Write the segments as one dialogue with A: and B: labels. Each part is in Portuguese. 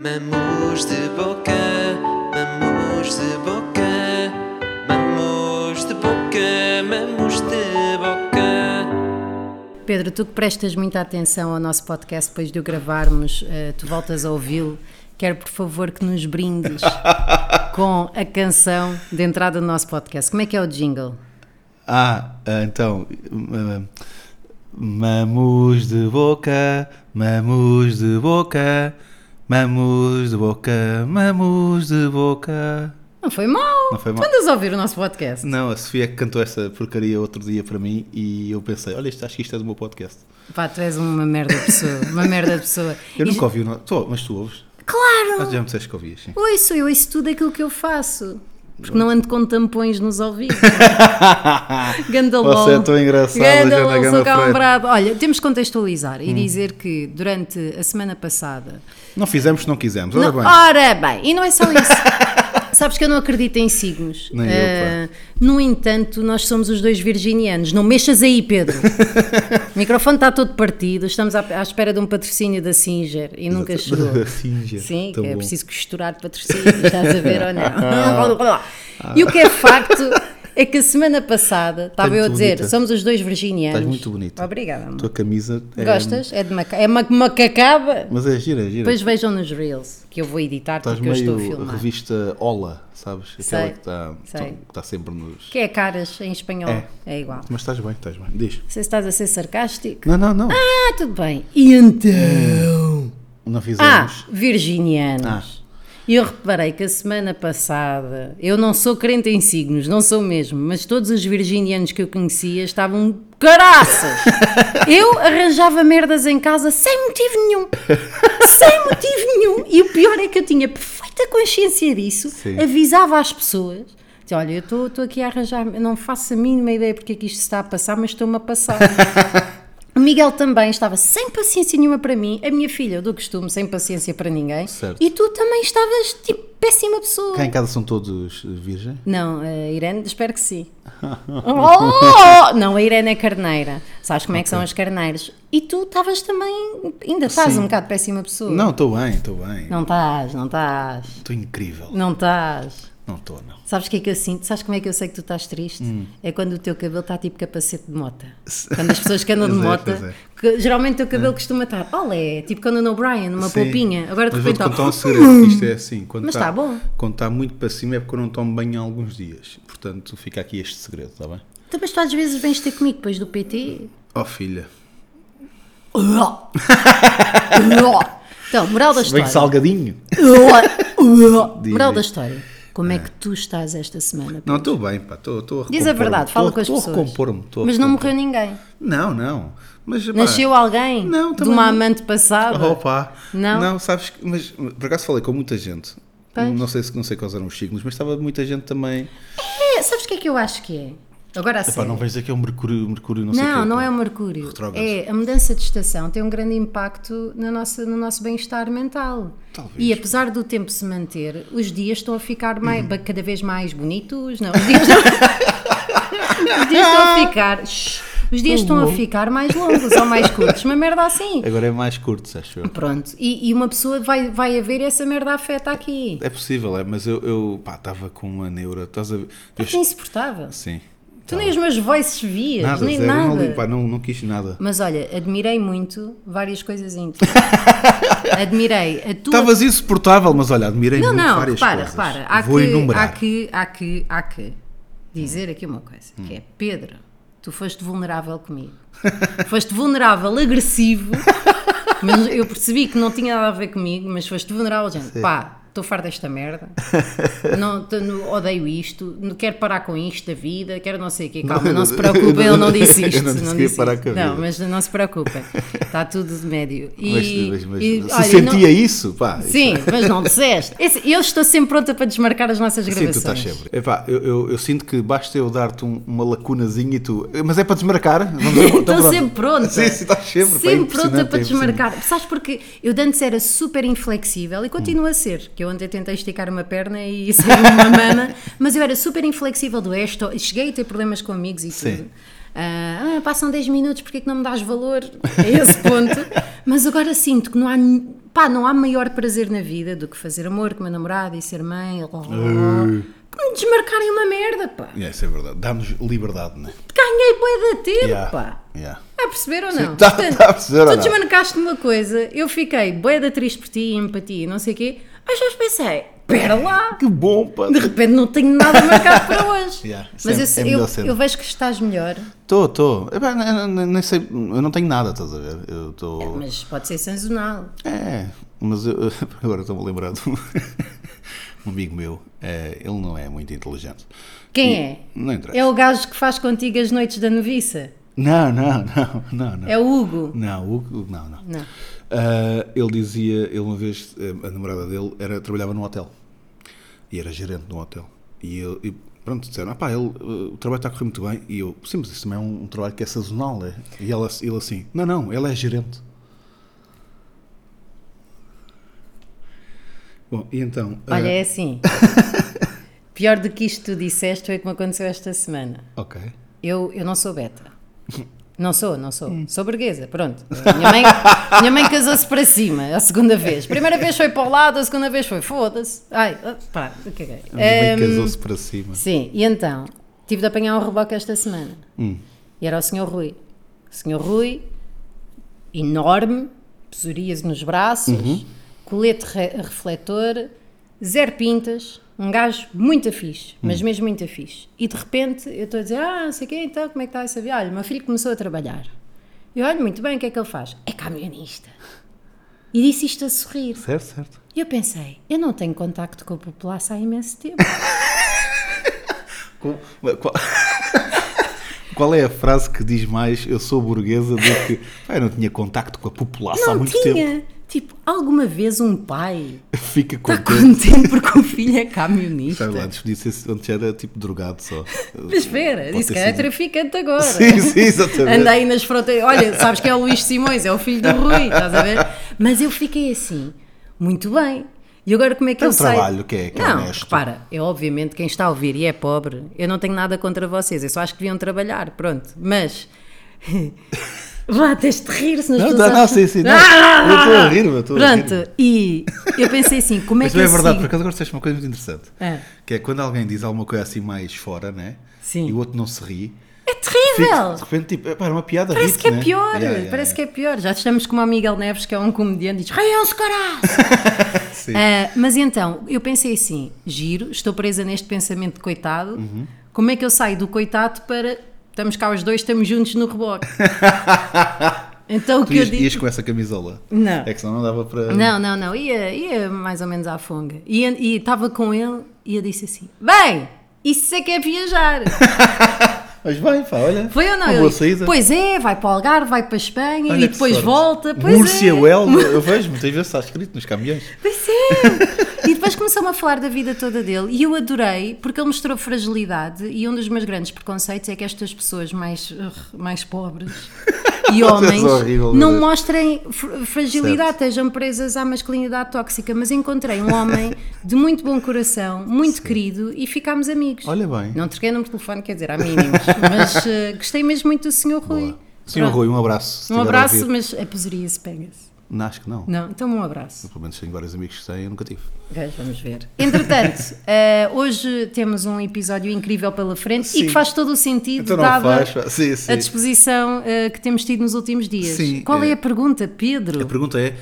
A: Mamus de boca, mamus de boca, mamus de boca, mamus de boca.
B: Pedro, tu que prestas muita atenção ao nosso podcast depois de o gravarmos, eh, tu voltas a ouvi-lo. Quero, por favor, que nos brindes com a canção de entrada do nosso podcast. Como é que é o jingle?
C: Ah, ah, então. hum, hum, Mamus de boca, mamus de boca, mamus de boca, mamus de boca.
B: Não foi mal!
C: Não foi
B: Tu
C: mal.
B: andas a ouvir o nosso podcast.
C: Não, a Sofia que cantou essa porcaria outro dia para mim e eu pensei: olha, isto, acho que isto é do meu podcast.
B: Pá, tu és uma merda de pessoa. Uma merda de pessoa.
C: Eu
B: E
C: nunca ouvi, o no- tu, mas tu ouves?
B: Claro!
C: Ah, já me disseste que ouvias, sim.
B: Ouço, eu ouço tudo aquilo que eu faço. Porque não ando com tampões nos ouvidos. Gandalol.
C: Você é tão engraçada,
B: Gandalol,
C: Joana Hum. Gama
B: sou cá um
C: Freire.
B: brabo. Olha, temos que contextualizar e dizer que durante a semana passada
C: Não fizemos, não quisemos,
B: Não-
C: olha bem.
B: Ora bem, e não é só isso. Sabes que eu não acredito em signos.
C: Nem eu,
B: Ah, no entanto, nós somos os dois virginianos. Não mexas aí, Pedro. o microfone está todo partido. Estamos à, à espera de um patrocínio da Singer e nunca chegou.
C: Sim, já.
B: Sim, que
C: Tão
B: é
C: bom. Ah.
B: preciso costurar patrocínio, estás a ver ou não? e o que é facto é que a semana passada, estava
C: Estás
B: eu a
C: Tá muito
B: dizer,
C: bonita.
B: somos os dois virginianos.
C: Estás muito bonita.
B: Obrigada, amor.
C: Tua camisa é.
B: Gostas? É de maca é ma- macacaba?
C: Mas é gira, é gira.
B: Depois vejam nos Reels, que eu vou editar
C: Estás
B: porque eu estou a
C: meio
B: filmar.
C: revista Ola, sabes? Aquela
B: Sei,
C: que está
B: sei.
C: que tá sempre nos.
B: Que é caras em espanhol, é,
C: É.
B: igual. Não
C: Mas estás bem, estás bem. Diz.
B: sei se estás a ser sarcástico.
C: Não, não, não.
B: Ah, tudo bem. E então?
C: Não
B: Ah,
C: fizemos. Ah,
B: virginianos. E Eu reparei que a semana passada, eu não sou crente em signos, não sou mesmo, mas todos os virginianos que eu conhecia estavam caraças. eu arranjava merdas em casa sem motivo nenhum. sem motivo nenhum. E o pior é que eu tinha perfeita consciência disso,
C: Sim.
B: avisava as pessoas. dizia, Olha, eu estou- estou aqui a arranjar, eu não faço a mínima ideia porque é que isto se está a passar, mas estou-me a passar. O Miguel também estava sem paciência nenhuma para mim, a minha filha, do costume, sem paciência para ninguém.
C: Certo.
B: E tu também estavas tipo péssima pessoa.
C: Cá em casa são todos eh, virgem?
B: Não, a Irene, espero que sim. oh! Não, a Irene é carneira. Sabes como é que são as carneiras? E tu estavas também, ainda estás
C: Sim.
B: um bocado péssima pessoa.
C: Não, estou bem, estou bem.
B: Não estás, não estás,
C: Estou incrível.
B: não estás.
C: Não estou, não.
B: Sabes o que é que eu sinto? Sabes como é que eu sei que tu estás triste?
C: Hum.
B: É quando o teu cabelo está tipo capacete de mota. Quando as pessoas que andam de
C: Pois é,
B: mota,
C: pois é.
B: que geralmente o teu cabelo costuma estar, olé, tipo quando andam Brian, numa
C: Sim.
B: polpinha. Agora de
C: Mas vou-te
B: repente, "Oh,
C: contar
B: ó,
C: um segredo. Isto é assim. Quando
B: Mas
C: tá-
B: tá bom.
C: Quando está muito para cima é porque eu não tomo banho há alguns dias. Portanto, fica aqui este segredo, está bem?
B: "Então, mas tu às vezes vens ter comigo depois do PT.
C: Oh, filha.
B: então, moral da
C: Bem
B: história.
C: salgadinho.
B: moral da história. Como é que tu estás esta semana?
C: Ah. Não, estou bem, pá. Estou estou a
B: Diz a
C: recompor-me.
B: verdade,
C: Tô-
B: fala com as
C: tô a
B: pessoas.
C: recompor-me, tô a
B: Mas não
C: recompor-me.
B: morreu ninguém.
C: Não, não. Mas, pá,
B: Nasceu alguém
C: Não,
B: de
C: também
B: uma
C: não.
B: amante passada.
C: Opa!
B: Não?
C: sabes que. Mas por acaso falei com muita gente.
B: Pois.
C: Não sei, se- não sei quais eram os signos, mas estava muita gente também.
B: É, sabes o que é que eu acho que é? Agora a
C: Pá,
B: sério.
C: não vais dizer que é um Mercúrio, Mercúrio não, sei
B: Não,
C: quê,
B: não
C: pá.
B: é o Mercúrio.
C: Retrógrado.
B: É a mudança de estação tem um grande impacto na nossa, no nosso bem-estar mental.
C: Talvez.
B: E apesar do tempo se manter, os dias estão a ficar
C: Uhum.
B: mais, ba- cada vez mais bonitos. Não, os dias, os dias estão a ficar. Shhh, os dias estão a ficar mais longos ou mais curtos. Uma merda assim.
C: Agora é mais curto, acho eu.
B: Pronto. E, e uma pessoa vai, vai a ver essa merda afeta aqui.
C: É possível, é, mas eu, eu pá, estava com uma neura. Estás a ver? Eu-
B: É insuportável.
C: sim.
B: Tu nem os meus voices vias,
C: Tá. Nada,
B: nem
C: zero,
B: nada.
C: Não, li, pá, não, não quis nada.
B: Mas olha, admirei muito várias coisas em ti. admirei a tua.
C: Estavas insuportável, mas olha, admirei
B: não,
C: muito
B: não,
C: várias
B: repara,
C: coisas.
B: repara. Há
C: Vou
B: que, há
C: enumerar.
B: que, há que, há que dizer aqui uma coisa:
C: Hum.
B: que é Pedro, tu foste vulnerável comigo. foste vulnerável, agressivo. mas eu percebi que não tinha nada a ver comigo, mas foste vulnerável, gente. Pá. Estou farta desta merda, não, tô- no- odeio isto, não quero parar com isto da vida, quero não sei o quê. Calma, não, se preocupe,
C: eu
B: ele
C: não-
B: não disse
C: eu
B: isto.
C: não disse que ia
B: disse
C: parar
B: isto.
C: com a
B: Não,
C: vida.
B: mas não se preocupa, está tudo de médio.
C: Mas,
B: E,
C: mas- mas-
B: e,
C: se
B: olha, não-
C: sentia isso, pá. isso-
B: Sim, mas não disseste. Esse- eu estou sempre pronta para desmarcar as nossas
C: Sim,
B: gravações.
C: tu estás sempre. Epá, eu, eu, eu sinto que basta eu dar-te um- uma lacunazinha e tu. Mas é para desmarcar? Vamos ver-
B: Estou
C: vamos lá.
B: Então tá sempre pronta.
C: Sim, sim, estás sempre. pá,
B: Sempre
C: é
B: pronta
C: impressionante,
B: para
C: é impressionante.
B: desmarcar. Sabes porque eu de antes era super inflexível e continuo a ser. Que eu ontem tentei esticar uma perna e saiu uma mama, mas eu era super inflexível do resto. Cheguei a ter problemas com amigos e
C: Sim.
B: tudo. Ah, ah, passam 10 minutos, porque é que não me dás valor a esse ponto? mas agora sinto que não há. n- pá, não há maior prazer na vida do que fazer amor com o meu namorado e ser mãe,
C: Uh.
B: e blá, blá, blá, que me desmarcarem uma merda, pá.
C: Yeah, isso é verdade. Dá-nos liberdade, né?
B: Ganhei bué de tempo,
C: Yeah.
B: pá.
C: Yeah.
B: Está a perceber ou não?
C: tá- tá a perceber ou
B: tu
C: não?
B: desmancaste uma coisa, eu fiquei bué da triste por ti, empatia, e não sei o quê, mas já pensei, pera lá,
C: Que bom, pá.
B: de repente não tenho nada marcado para hoje.
C: Yeah, isso é-
B: mas eu-
C: é melhor
B: eu,
C: cena.
B: eu vejo que estás melhor,
C: Estou, estou. Nem sei, eu não tenho nada, estás a ver? Eu estou.
B: mas pode ser sazonal.
C: É, mas eu, agora estou-me lembrado. um amigo meu, eh, ele não é muito inteligente.
B: Quem
C: E-
B: é?
C: Não interessa.
B: É o gajo que faz contigo as noites da noviça.
C: Não, não, não, não, não.
B: É o Hugo.
C: Não, o, o- não, não.
B: Não.
C: Ah, ele dizia, ele uma vez, eh, a namorada dele era, trabalhava num hotel e era gerente de um hotel. E, ele, e pronto, disseram, ah pá, ele, eh, o trabalho está a correr muito bem. E eu, sim, mas isso também é um, um trabalho que é sazonal, é? E ela, ele assim, não, não, ela é gerente. Bom, e então.
B: Olha,
C: eh,
B: é assim. Pior do que isto que tu disseste foi o que me aconteceu esta semana.
C: Ok.
B: Eu, eu não sou beta. Não sou, não sou.
C: Hum.
B: Sou burguesa, pronto. A Minha mãe, minha mãe casou-se para cima a segunda vez. Primeira vez foi para o lado, a segunda vez foi foda-se. Ai, ah, pá, o que é?
C: A minha mãe casou-se para cima.
B: Sim, e então tive de apanhar um reboque esta semana. E era o Sr. Rui. O Sr. Rui, enorme, pesorias nos braços, colete re- refletor, zero pintas, um gajo muito afixe, mas mesmo muito afixe. E de repente eu estou a dizer: Ah, não sei o quê, então como é que está essa viagem? Olha, o meu filho começou a trabalhar. E olha, muito bem, o que é que ele faz? É camionista. E disse isto a sorrir.
C: Certo, certo.
B: E eu pensei: Eu não tenho contacto com a população há imenso tempo.
C: Com- mas Qual, qual é a frase que diz mais eu sou burguesa do que "Pá, eu não tinha contacto com a população há
B: Não
C: muito
B: tinha.
C: tempo?
B: Tipo, alguma vez um pai
C: Fica
B: está
C: contente.
B: contente porque o filho é camionista.
C: Sei lá, antes podia ser antes era tipo drogado só.
B: Mas espera,
C: Pode
B: disse
C: ter
B: que é
C: sido-
B: traficante agora.
C: Sim, sim, exatamente.
B: Anda aí nas fronteiras. Olha, sabes que é o Luís Simões, é o filho do Rui, estás a ver? Mas eu fiquei assim, muito bem. E agora como é que
C: É um
B: eu sei?
C: trabalho que é- que é
B: não,
C: honesto.
B: repara, é obviamente quem está a ouvir e é pobre, eu não tenho nada contra vocês, eu só acho que deviam trabalhar, pronto. Mas. Vá, tens de rir se nas
C: Não,
B: tuas
C: não,
B: achas-
C: não, sim, sim, não. Eu estou a rir, eu estou a
B: Ah, Pronto,
C: rir.
B: e eu pensei assim, como é
C: Mas
B: que
C: não é
B: eu
C: verdade, por
B: sigo?
C: acaso agora disseste uma coisa muito interessante.
B: Ah.
C: Que é quando alguém diz alguma coisa assim mais fora, né?
B: Sim.
C: E o outro não se ri.
B: É
C: Fica, de
B: terrível!
C: repente, tipo, "Epá, era uma piada
B: Parece que é pior, parece
C: que é
B: que é pior. Já estamos com o Miguel Neves, que é um comediante, diz: Raios, caralho!
C: Sim.
B: Ah, mas então, eu pensei assim: giro, estou presa neste pensamento de coitado,
C: Uhum.
B: como é que eu saio do coitado para estamos cá os dois, estamos juntos no reboque? então o
C: Tu
B: que eu
C: ias,
B: digo.
C: ias com essa camisola.
B: Não.
C: É que senão não dava para.
B: Não, não, não, ia, ia mais ou menos à fonga. Ia- E estava com ele e eu disse assim: Bem, isso é que é viajar.
C: Mas bem, pá, olha.
B: Foi ou não?
C: Uma
B: Eu
C: boa
B: disse,
C: saída.
B: Pois é, vai para o Algarve, vai para a Espanha
C: Olha
B: e
C: que
B: depois
C: sorte.
B: volta. Pois
C: Múrcia,
B: é.
C: Huelva, eu vejo muitas vezes está escrito nos caminhões.
B: Pois é. E depois começou-me a falar da vida toda dele e eu adorei porque ele mostrou fragilidade e um dos meus grandes preconceitos é que estas pessoas mais, urgh, mais pobres e homens
C: é horrível,
B: não
C: meu Deus.
B: mostrem fr- fragilidade, estejam presas à masculinidade tóxica, mas encontrei um homem de muito bom coração, muito querido e ficámos amigos.
C: Olha bem.
B: Não troquei o número de telefone, quer dizer, há mínimos, mas eh, gostei mesmo muito do Sr. Rui.
C: Boa. Senhor
B: Pronto.
C: Rui, um abraço. se
B: Um
C: tiver a
B: abraço,
C: ouvir.
B: mas a poseria-se pega-se.
C: Não, acho que não.
B: Não, então um abraço.
C: Pelo menos tenho vários amigos que têm, eu nunca tive.
B: Vejo, Vamos ver. Entretanto, eh, hoje temos um episódio incrível pela frente e
C: Sim.
B: que faz todo o sentido,
C: Então não
B: dada
C: faz, pá. Sim, sim.
B: a disposição eh, que temos tido nos últimos dias.
C: Sim,
B: Qual é,
C: eh,
B: a pergunta, Pedro?
C: A pergunta é: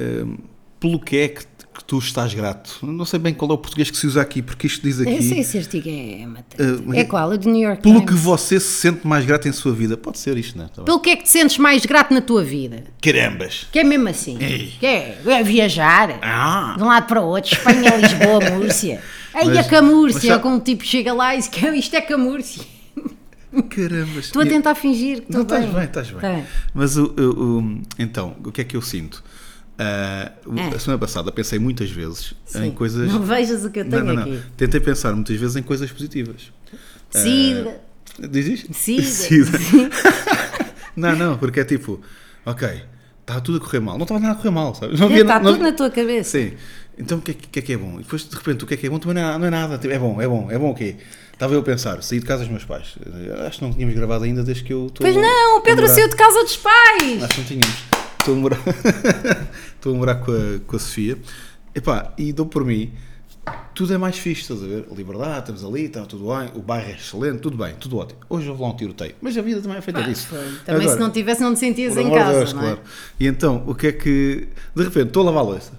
C: hum, pelo que é que, que tu estás grato? Não sei bem qual é o português que se usa aqui, porque isto diz aqui.
B: Esse, esse artigo é matante.
C: Eh, mas-
B: é qual? O do New York
C: Pelo
B: Times.
C: que você se sente mais grato em sua vida. Pode ser isto, não é? Tá bem.
B: Pelo que é que te sentes mais grato na tua vida?
C: Carambas!
B: Que é mesmo assim.
C: Ei.
B: Que é, é viajar
C: Ah.
B: de um lado para o outro, Espanha, Lisboa, Múrcia. Aí é
C: Mas-
B: a Camúrcia,
C: mas-
B: algum tipo chega lá e diz que isto é Camúrcia.
C: Carambas!
B: Estou a
C: E-
B: tentar fingir que
C: Não,
B: estou
C: estás
B: bem.
C: bem, estás bem.
B: Tá bem.
C: Mas o, o- o- então, o que é que eu sinto? Ah, o-
B: Ah.
C: A semana passada pensei muitas vezes em
B: Sim.
C: coisas.
B: Não vejas o que eu tenho aqui.
C: Tentei pensar muitas vezes em coisas positivas. Eh,
B: Sida.
C: Ah, diz isto?
B: Sida.
C: não, não, porque é tipo, ok, está tudo a correr mal. Não estava nada a correr mal, sabes? Não
B: É,
C: havia
B: está
C: na- não-
B: tudo na tua cabeça.
C: Sim. Então o que é que, o que é que é bom? E depois de repente o que é que é bom também não é, não é nada. Tipo, É bom, é bom, é bom o quê? Estava eu a pensar, saí de casa dos meus pais. Eh, Acho que não tínhamos gravado ainda desde que eu estou.
B: Pois não, o Pedro
C: namorado.
B: saiu de casa dos pais.
C: Acho que não tínhamos. estou a morar, estou a morar com, a, com a Sofia Epá, e dou por mim tudo é mais fixe, estás a ver? Liberdade, estamos ali, está tudo bem, o bairro é excelente, tudo bem, tudo ótimo. Hoje houve lá um tiroteio, mas a vida também é feita disso.
B: Ah, Foi. Também se
C: Agora,
B: não tivesse, não te sentias
C: por
B: em
C: amor de
B: casa,
C: Deus,
B: não é?
C: claro. E então, o que é que. De repente, estou a lavar a louça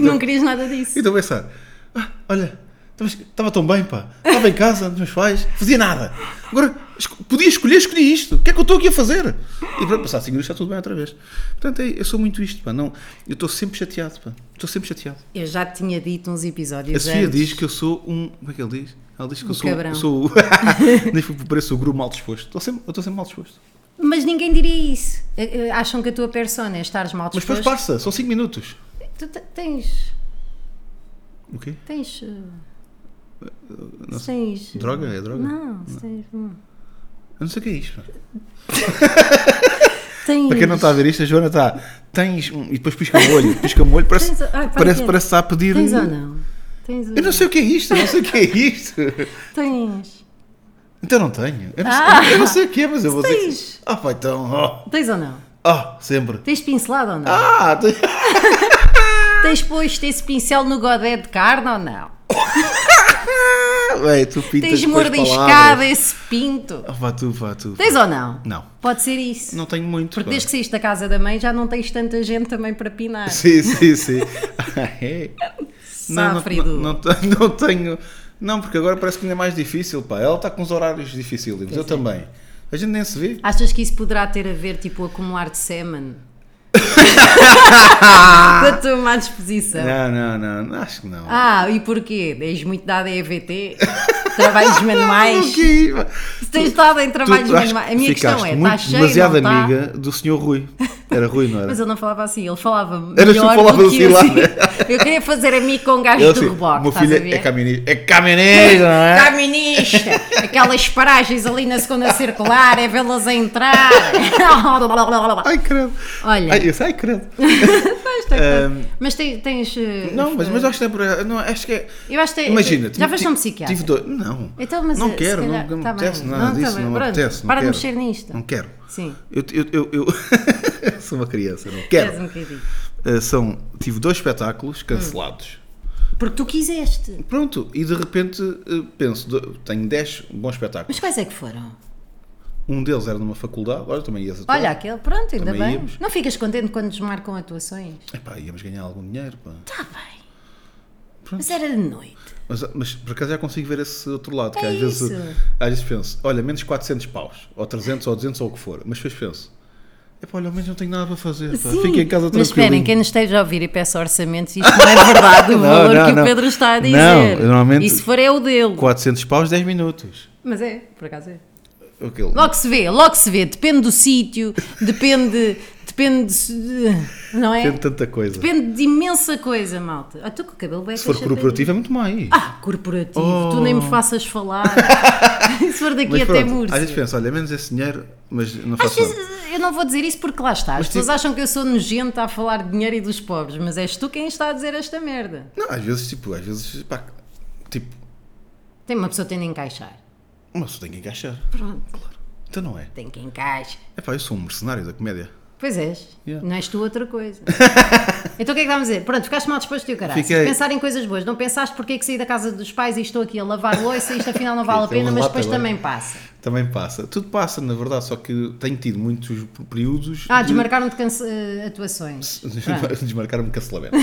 B: Não querias nada disso.
C: e estou a pensar: ah, olha, estava- estava tão bem, pá, estava em casa, dos meus pais, fazia nada. Agora, esco- podia escolher, escolhi isto, o que é que eu estou aqui a fazer? E pronto, passar 5 minutos está tudo bem outra vez. Portanto, é- eu sou muito isto, pá, não, eu estou sempre chateado, pá, estou sempre chateado.
B: Eu já te tinha dito uns episódios
C: A Sofia
B: antes.
C: diz que eu sou um. Como é que ele diz? Ela diz que eu sou.
B: Um cabrão.
C: Eu sou nem fui por preço, o guru mal disposto. Estou sempre, eu estou sempre mal disposto.
B: Mas ninguém diria isso. Eh, eh, Acham que a tua persona é estares mal
C: Mas
B: disposto.
C: depois passa, são 5 minutos.
B: Tu te- tens...
C: O quê?
B: Tens... eh,
C: Eh, não
B: tens... eh,
C: Droga? É droga?
B: Não, tens... hum.
C: Eu não sei o que é isto. pá.
B: Tens...
C: Para quem não está a ver isto, a Joana está. Tens. um- E depois pisca-me o olho. Pisca-me o olho. Parece,
B: Tens- ai, para
C: parece,
B: quê?
C: parece que está a pedir.
B: Tens ou não? Tens...
C: hum. Eu não sei o que é isto. eu não sei o que é isto.
B: Tens...
C: Então não tenho. Eu não,
B: Ah!
C: sei, eu não sei o que é, mas eu vou dizer. que
B: Tens.
C: sim. Ah, pá, então. ó,
B: Tens ou não?
C: ó, sempre.
B: Tens pincelado ou não?
C: Ah, tem-
B: Tens posto esse pincel no godé de carne ou não?
C: Ah, bem, tu pintas
B: Tens
C: com as
B: mordiscado
C: palavras.
B: esse pinto?
C: Ah, pá, tu, pá, tu.
B: Tens ou não?
C: Não.
B: Pode ser isso.
C: Não tenho muito. pá.
B: Desde que saíste da casa da mãe já não tens tanta gente também para pinar.
C: Sim, sim, sim. É. não, não,
B: Sáfrido.
C: não, não tenho- não tenho. Não, porque agora parece que ainda é mais difícil, pá. Ela está com os horários dificílimos,
B: é.
C: eu também. A gente nem se vê.
B: Achas que isso poderá ter a ver, tipo, o acumular de sêmen? da tua má disposição.
C: Não, não, não, não, acho que não.
B: Ah, e porquê? És muito dada a EVT? Trabalhos manuais?
C: Ok, pá.
B: Tens estado em
C: Tu,
B: trabalhos
C: tu acho
B: manuais? A minha
C: que
B: questão
C: ficaste
B: é,
C: muito,
B: está cheio,
C: demasiado
B: não tá?
C: amiga do senhor Rui. Era Rui, não era?
B: Mas ele não falava assim, ele falava
C: Eras tu que
B: melhor
C: falavas
B: do que eu.
C: assim lá,
B: assim. Eu queria fazer amigo com gajos
C: Ele
B: é do
C: assim,
B: reboque,
C: meu
B: estás
C: filho
B: a ver?
C: é caminista, é caminista, não é?
B: Caminista! Aquelas paragens ali na segunda circular, é vê-las a entrar.
C: Ai, credo.
B: Olha.
C: Ai, eu sei, ai, credo.
B: mas tens. tens eh,
C: Não, mas, mas acho que não é por aí. Não, acho que é.
B: Eu acho que-
C: Imagina,
B: já foste a um
C: tive-
B: psiquiatra?
C: Tive dois. Não.
B: Então, mas,
C: não
B: eh,
C: quero,
B: se
C: não,
B: calhar-
C: não me
B: tá bem.
C: apetece nada
B: Não, tá
C: disso,
B: bem,
C: não me
B: pronto,
C: apetece. não
B: para de
C: quero.
B: mexer nisto.
C: Não quero.
B: Sim.
C: Eu, eu, eu, eu- sou uma criança, não quero.
B: és um bocadinho.
C: Ah, são, tive dois espetáculos cancelados.
B: Porque tu quiseste.
C: Pronto, e de repente ah, penso, do- tenho 10 bons espetáculos.
B: Mas quais é que foram? um
C: Um deles era numa faculdade, olha, também ias atuar.
B: Olha, aquele, pronto, ainda
C: Também
B: bem.
C: íamos.
B: Não ficas contente quando desmarcam atuações?
C: Epá, íamos ganhar algum dinheiro. Pá.
B: Está Tá bem. Mas era de noite.
C: Mas, mas por acaso já consigo ver esse outro lado, que
B: É
C: às, vezes,
B: isso.
C: às vezes penso, olha, menos 400 paus, ou 300, ou 200, ou o que for. Mas depois penso, epá, olha, ao menos não tenho nada para fazer, pá.
B: Sim,
C: fico Tá, em casa
B: Mas esperem,
C: tranquilinho.
B: quem nos esteja a ouvir e peça orçamentos, isto não é verdade o
C: Não,
B: valor
C: não,
B: que
C: não.
B: o Pedro está a
C: Não,
B: dizer.
C: eu normalmente-
B: E se for é o dele.
C: 400 paus, 10 minutos.
B: Mas é, por acaso é.
C: Aquilo.
B: Logo se vê, logo se vê. Depende do sítio, depende. Depende. se- Não é?
C: Tem tanta coisa.
B: Depende de imensa coisa, malta. Ah, tu com o cabelo bem
C: Se for
B: cachatei.
C: corporativo é muito mais.
B: Ah, corporativo, tu nem me faças falar. se for daqui
C: mas
B: até
C: pronto,
B: Murcia.
C: às vezes penso, olha, menos esse dinheiro, mas não
B: Às
C: faço nada.
B: vezes, eu não vou dizer isso porque lá está. As
C: Mas
B: pessoas
C: tipo-
B: acham que eu sou nojenta a falar de dinheiro e dos pobres, mas és tu quem está a dizer esta merda.
C: Não, às vezes, tipo, às vezes, pá, tipo,
B: Tem uma pessoa que tem de encaixar.
C: uma pessoa tem que encaixar.
B: Pronto,
C: Então não é.
B: tem que encaixar.
C: Epá, eu sou um mercenário da comédia.
B: Pois és,
C: Yeah.
B: não és tu outra coisa. então o que é que vamos dizer? Pronto, ficaste mal disposto e o caralho.
C: Fiquei.
B: Pensar em coisas boas, não pensaste porque é que saí da casa dos pais e estou aqui a lavar louça e isto afinal não vale a
C: Isto é um
B: pena, mas
C: relato
B: depois
C: agora.
B: também passa.
C: Também passa. Tudo passa, na verdade, só que tenho tido muitos períodos.
B: Ah,
C: de-
B: desmarcaram-te canse- eh, atuações. Pronto.
C: Desmarcar-me cancelamento.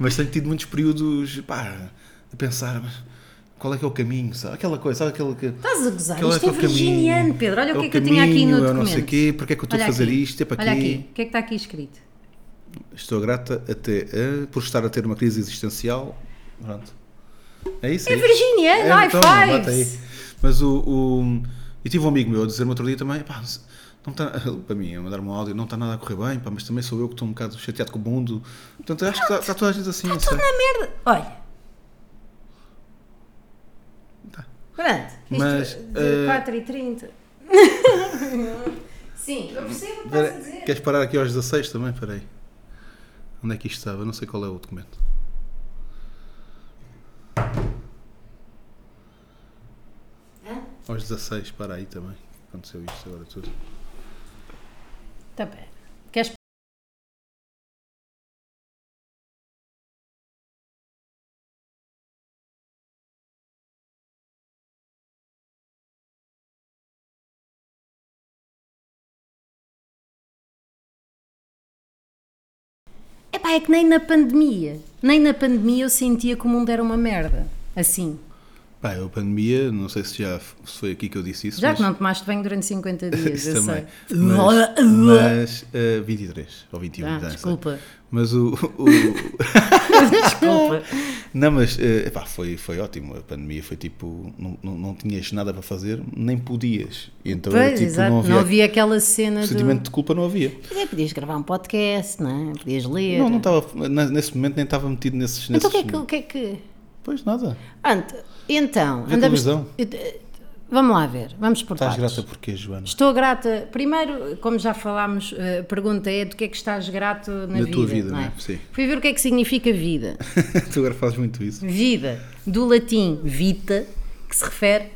C: mas tenho tido muitos períodos, pá, a pensar, mas qual é que é o caminho, sabe? Aquela coisa, sabe aquela que.
B: Estás a gozar,
C: Aquela
B: isto é
C: que o caminho,
B: virginiano, Pedro. Olha o que é que eu
C: caminho,
B: tinha aqui no
C: Eu não
B: documento.
C: sei quê, porque é que eu estou a
B: Olha
C: fazer
B: aqui,
C: isto, é para
B: Olha
C: quê?
B: aqui, o que é que está aqui escrito?
C: Estou grata até a- por estar a ter uma crise existencial. Pronto. É então, isso
B: É
C: isso.
B: virginiano, high
C: bate
B: fives.
C: Mas o, o- E tive um amigo meu a dizer-me outro dia também, pá, não está, para mim, a mandar-me um áudio, não está nada a correr bem, pá, mas também sou eu que estou um bocado chateado com o mundo. Portanto, acho que está, está toda a gente assim,
B: Tá
C: não sei.
B: Na merda. Olha. Pronto. Isto
C: Tá. Mas,
B: de
C: eh,
B: 4 e 30. Sim, eu percebo o que estás a
C: Espera,
B: dizer.
C: Queres parar aqui aos 16 também? Espera aí. Onde é que isto estava? Não sei qual é o documento.
B: Hã?
C: Aos 16, para aí também. Aconteceu isto agora tudo.
B: Tá bem. Pá, é que nem na pandemia, nem na pandemia eu sentia que o mundo era uma merda. Assim.
C: Pá, eu, a pandemia, não sei se já f- se foi aqui que eu disse isso.
B: Já
C: mas...
B: que não tomaste bem durante 50 dias,
C: Isso
B: eu
C: também.
B: sei.
C: Mas, mas eh, 23 ou 21,
B: Ah,
C: já não sei.
B: desculpa.
C: Mas o. o-
B: Desculpa.
C: não, mas eh, pá, foi, foi ótimo. A pandemia foi tipo. Não, não, não tinhas nada para fazer, nem podias. E Então era,
B: Pois,
C: tipo,
B: exato.
C: não havia.
B: aquela cena
C: sentimento
B: do.
C: de culpa não havia.
B: Quer dizer, podias gravar um podcast, não é? Podias ler.
C: Não, não estava. na- Nesse momento nem estava metido nesses.
B: então o
C: nesses
B: que é que. O que, é que...
C: Pois nada.
B: Ant- então,
C: Vê televisão.
B: Vamos lá ver, vamos por
C: Estás
B: partes.
C: grata porquê, Joana?
B: Estou grata. Primeiro, como já falámos, a pergunta é do que é que estás grato na,
C: Na
B: vida.
C: tua vida,
B: não é?
C: não é? Sim.
B: Fui ver o que é que significa vida.
C: tu agora fazes muito isso.
B: Vida, do latim vita, que se refere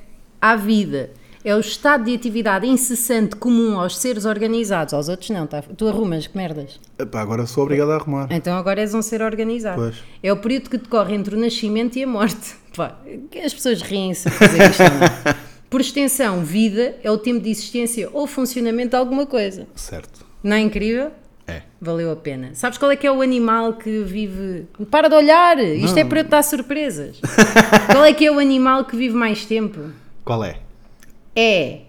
B: à vida. É o estado de atividade incessante comum aos seres organizados, aos outros não, tá? tu arrumas, que merdas.
C: Epá, agora sou obrigado a arrumar.
B: Então agora és um ser organizado.
C: Pois.
B: É o período que decorre entre o nascimento e a morte. Pá, as pessoas riem-se a fazer isto. não é? Por extensão, vida é o tempo de existência ou funcionamento de alguma coisa.
C: Certo.
B: Não é incrível?
C: É.
B: Valeu a pena. Sabes qual é que é o animal que vive. Para de olhar! Isto é para eu te dar surpresas. qual é que é o animal que vive mais tempo?
C: Qual é?
B: É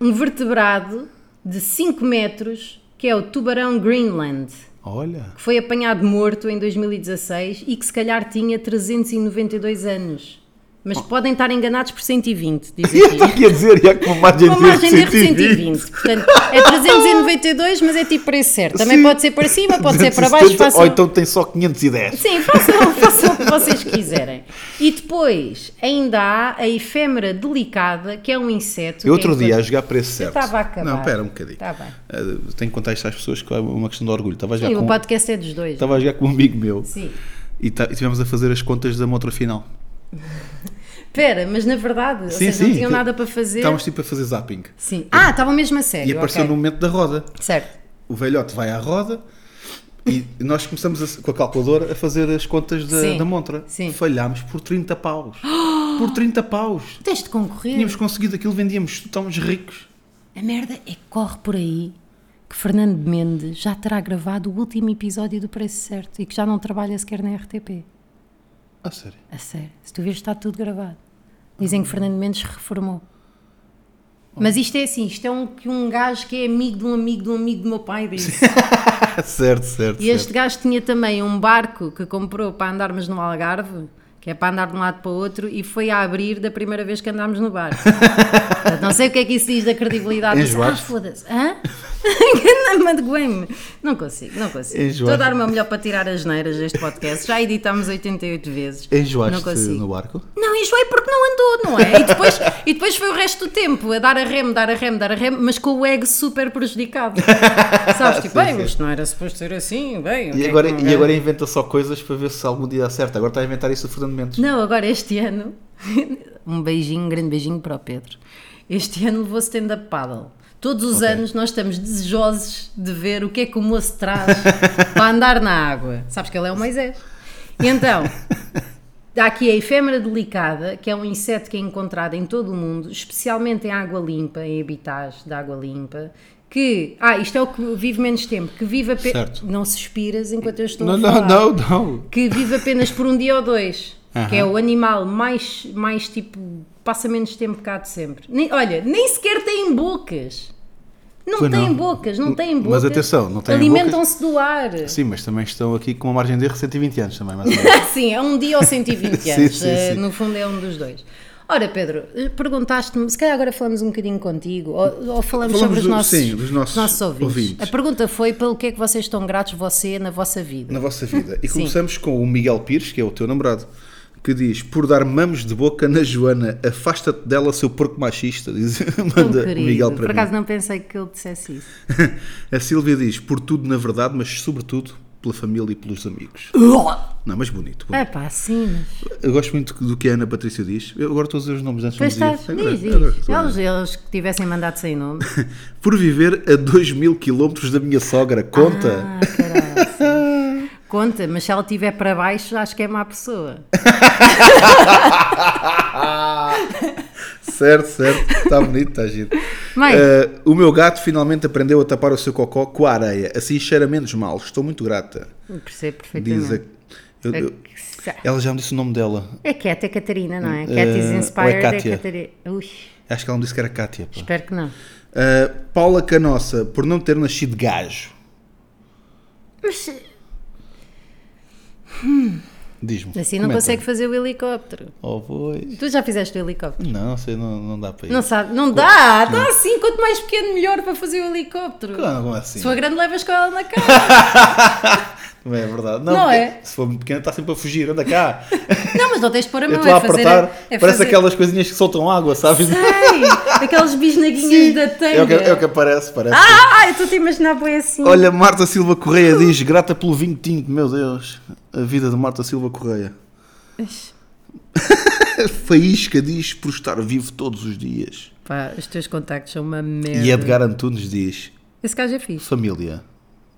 B: um vertebrado de 5 metros que é o tubarão Greenland
C: Olha.
B: que foi apanhado morto em 2016 e que se calhar tinha 392 anos. Mas podem estar enganados por 120, diz
C: E Oh. eu estou
B: aqui.
C: aqui a dizer, e é que uma margem
B: Uma margem de erro de
C: 120.
B: 120. Portanto, é 392, mas é tipo preço certo. Também
C: Sim.
B: pode ser para cima, pode ser para baixo.
C: 270,
B: Façam...
C: Ou então tem só 510.
B: Sim, façam, façam o que vocês quiserem. E depois ainda há a efêmera delicada, que é um inseto.
C: Eu outro
B: que é
C: dia a jogar preço certo.
B: estava a acabar.
C: Não, espera um bocadinho.
B: Tá bem.
C: Ah, tenho que contar isto às pessoas que é uma questão de orgulho. Estava a jogar
B: Sim,
C: com,
B: o podcast é dos dois.
C: estava a jogar com um amigo meu
B: Sim.
C: e, tá, e tivemos a fazer as contas da motra final.
B: Espera, mas na verdade, ou seja, não tinham nada para fazer.
C: então Estávamos tipo a fazer zapping.
B: Sim. Ah, estavam mesmo a sério.
C: E apareceu
B: ok.
C: no momento da roda.
B: Certo.
C: O velhote vai à roda e nós começamos a- com a calculadora a fazer as contas da,
B: Sim,
C: da montra.
B: sim.
C: Falhámos por 30 paus. por 30 paus.
B: Tens de concorrer.
C: Tínhamos conseguido aquilo, vendíamos, estávamos ricos.
B: A merda é que corre por aí que Fernando Mendes já terá gravado o último episódio do Preço Certo e que já não trabalha sequer na RTP.
C: Ah, sério?
B: A sério. Se tu vês, está tudo gravado. Dizem que Fernando Mendes se reformou. Mas isto é assim, isto é um, que um gajo que é amigo de um amigo de um amigo do meu pai disse.
C: certo, certo.
B: E este gajo tinha também um barco que comprou para andarmos no Algarve, que é para andar de um lado para o outro, e foi a abrir da primeira vez que andámos no barco. Portanto, não sei o que é que isso diz da credibilidade. Mas, ah,
C: Enjoaste?
B: foda-se. Hã? Engana-me, Magoei-me. Não consigo, não consigo.
C: Enjoaste?
B: Estou a dar o meu melhor para tirar as neiras deste podcast. Já editámos 88 vezes. não
C: Enjoaste
B: consigo.
C: no barco?
B: Não, enjoei porque não andou, não é? E depois, e depois foi o resto do tempo a dar a remo, dar a remo, dar a remo, mas com o ego super prejudicado. Sabes? Tipo,
C: Sim,
B: bem,
C: sim.
B: isto não era suposto ser assim, bem. o que é
C: E
B: que
C: agora,
B: não
C: e
B: é?
C: agora inventa só coisas para ver se algum dia acerta. Agora está a inventar isso o Fernando Mendes.
B: Não, agora este ano. um beijinho, um grande beijinho para o Pedro. Este ano levou stand-up paddle. Todos os anos nós estamos desejosos de ver o que é que o moço traz para andar na água. Sabes que ele é o Moisés. E Então, há aqui a efêmera delicada, que é um inseto que é encontrado em todo o mundo, especialmente em água limpa, em habitats de água limpa. Que, ah, isto é o que vive menos tempo, que vive apenas.
C: Certo.
B: Não suspiras enquanto eu estou
C: Não,
B: a
C: não,
B: falar
C: não, não.
B: que vive apenas por um dia ou dois,
C: Aham.
B: que é o animal mais, mais tipo, passa menos tempo cá de sempre. Nem- olha, nem sequer têm bocas. Não
C: Pois não.
B: têm bocas, não têm
C: Mas
B: bocas.
C: atenção, não têm
B: Alimentam-se do ar.
C: Sim, mas também estão aqui com uma margem de erro de 120 anos também, mais ou menos.
B: Sim, é um dia ou 120
C: Sim,
B: anos.
C: sim,
B: eh,
C: sim.
B: No fundo é um dos dois. Ora, Pedro, eh, perguntaste-me, se calhar agora falamos um bocadinho contigo, ou, ou falamos,
C: Falamos
B: sobre os
C: do-
B: nossos,
C: sim, dos nossos
B: ouvintes.
C: ouvintes.
B: A pergunta foi pelo que é que vocês estão gratos, você, na vossa vida.
C: Na vossa vida. E
B: Sim.
C: começamos com o Miguel Pires, que é o teu namorado, que diz: Por dar mamos de boca na Joana, afasta-te dela, seu porco machista. Diz,
B: Tão
C: manda o
B: querido.
C: Miguel
B: Por
C: para mim.
B: acaso não pensei que ele dissesse isso.
C: A Silvia diz: Por tudo, na verdade, mas sobretudo pela família e pelos amigos. Não, mas bonito. bonito.
B: É pá, sim, mas...
C: Eu gosto muito do que a Ana Patrícia diz. Eu agora estou a dizer os nomes antes
B: Pois tá,
C: não
B: estás,
C: dizia. Agora-
B: diz,
C: agora-
B: diz. Eles, É eles que tivessem mandado sem nome.
C: Por viver a 2 mil quilómetros da minha sogra, conta.
B: Ah, caralho. Conta, mas se ela estiver para baixo, acho que é má pessoa.
C: Certo, certo. Está bonito, está giro.
B: Mãe.
C: Eh, o meu gato finalmente aprendeu a tapar o seu cocó com a areia. Assim cheira menos mal. Estou muito grata.
B: Eu Percebo
C: Diz a...
B: perfeitamente.
C: eu-
B: É
C: eu-
B: que sa-
C: Ela já me disse o nome dela.
B: É Cat, é Catarina, não é?
C: Eh,
B: Cat is
C: ou é
B: inspired, é
C: Cátia?
B: Catarina. Ui,
C: Acho que ela me disse que era Kátia. pá.
B: espero que não. É.
C: Eh, Paula Canossa, por não ter nascido gajo.
B: Mas
C: Diz-me.
B: assim não
C: Comenta.
B: consegue fazer o helicóptero.
C: Oh, pois.
B: Tu já fizeste o helicóptero?
C: Não, sei, não, não dá para ir.
B: Não sabe, não dá, dá assim, quanto mais pequeno melhor para fazer o helicóptero.
C: Claro, como assim?
B: Se for grande levas com ela na cara.
C: Não é verdade. Não,
B: Não
C: porque
B: é?
C: Se for muito pequena, está sempre a fugir. Anda cá.
B: Não, mas não tens de pôr a
C: Eu
B: mão,
C: estou a
B: é fazer...
C: apertar.
B: é
C: Parece
B: fazer-
C: aquelas coisinhas que soltam água, sabes?
B: Sei, aqueles bisnaguinhos
C: Sim,
B: da tanga.
C: É o, que, é o que aparece, parece.
B: Ah, eu estou-te a imaginar bem assim.
C: Olha, Marta Silva Correia diz: grata pelo vinho tinto, meu Deus. A vida de Marta Silva Correia. Faísca diz por estar vivo todos os dias.
B: Pá, os teus contactos são uma merda.
C: E Edgar Antunes diz:
B: Esse gajo é fixe.
C: família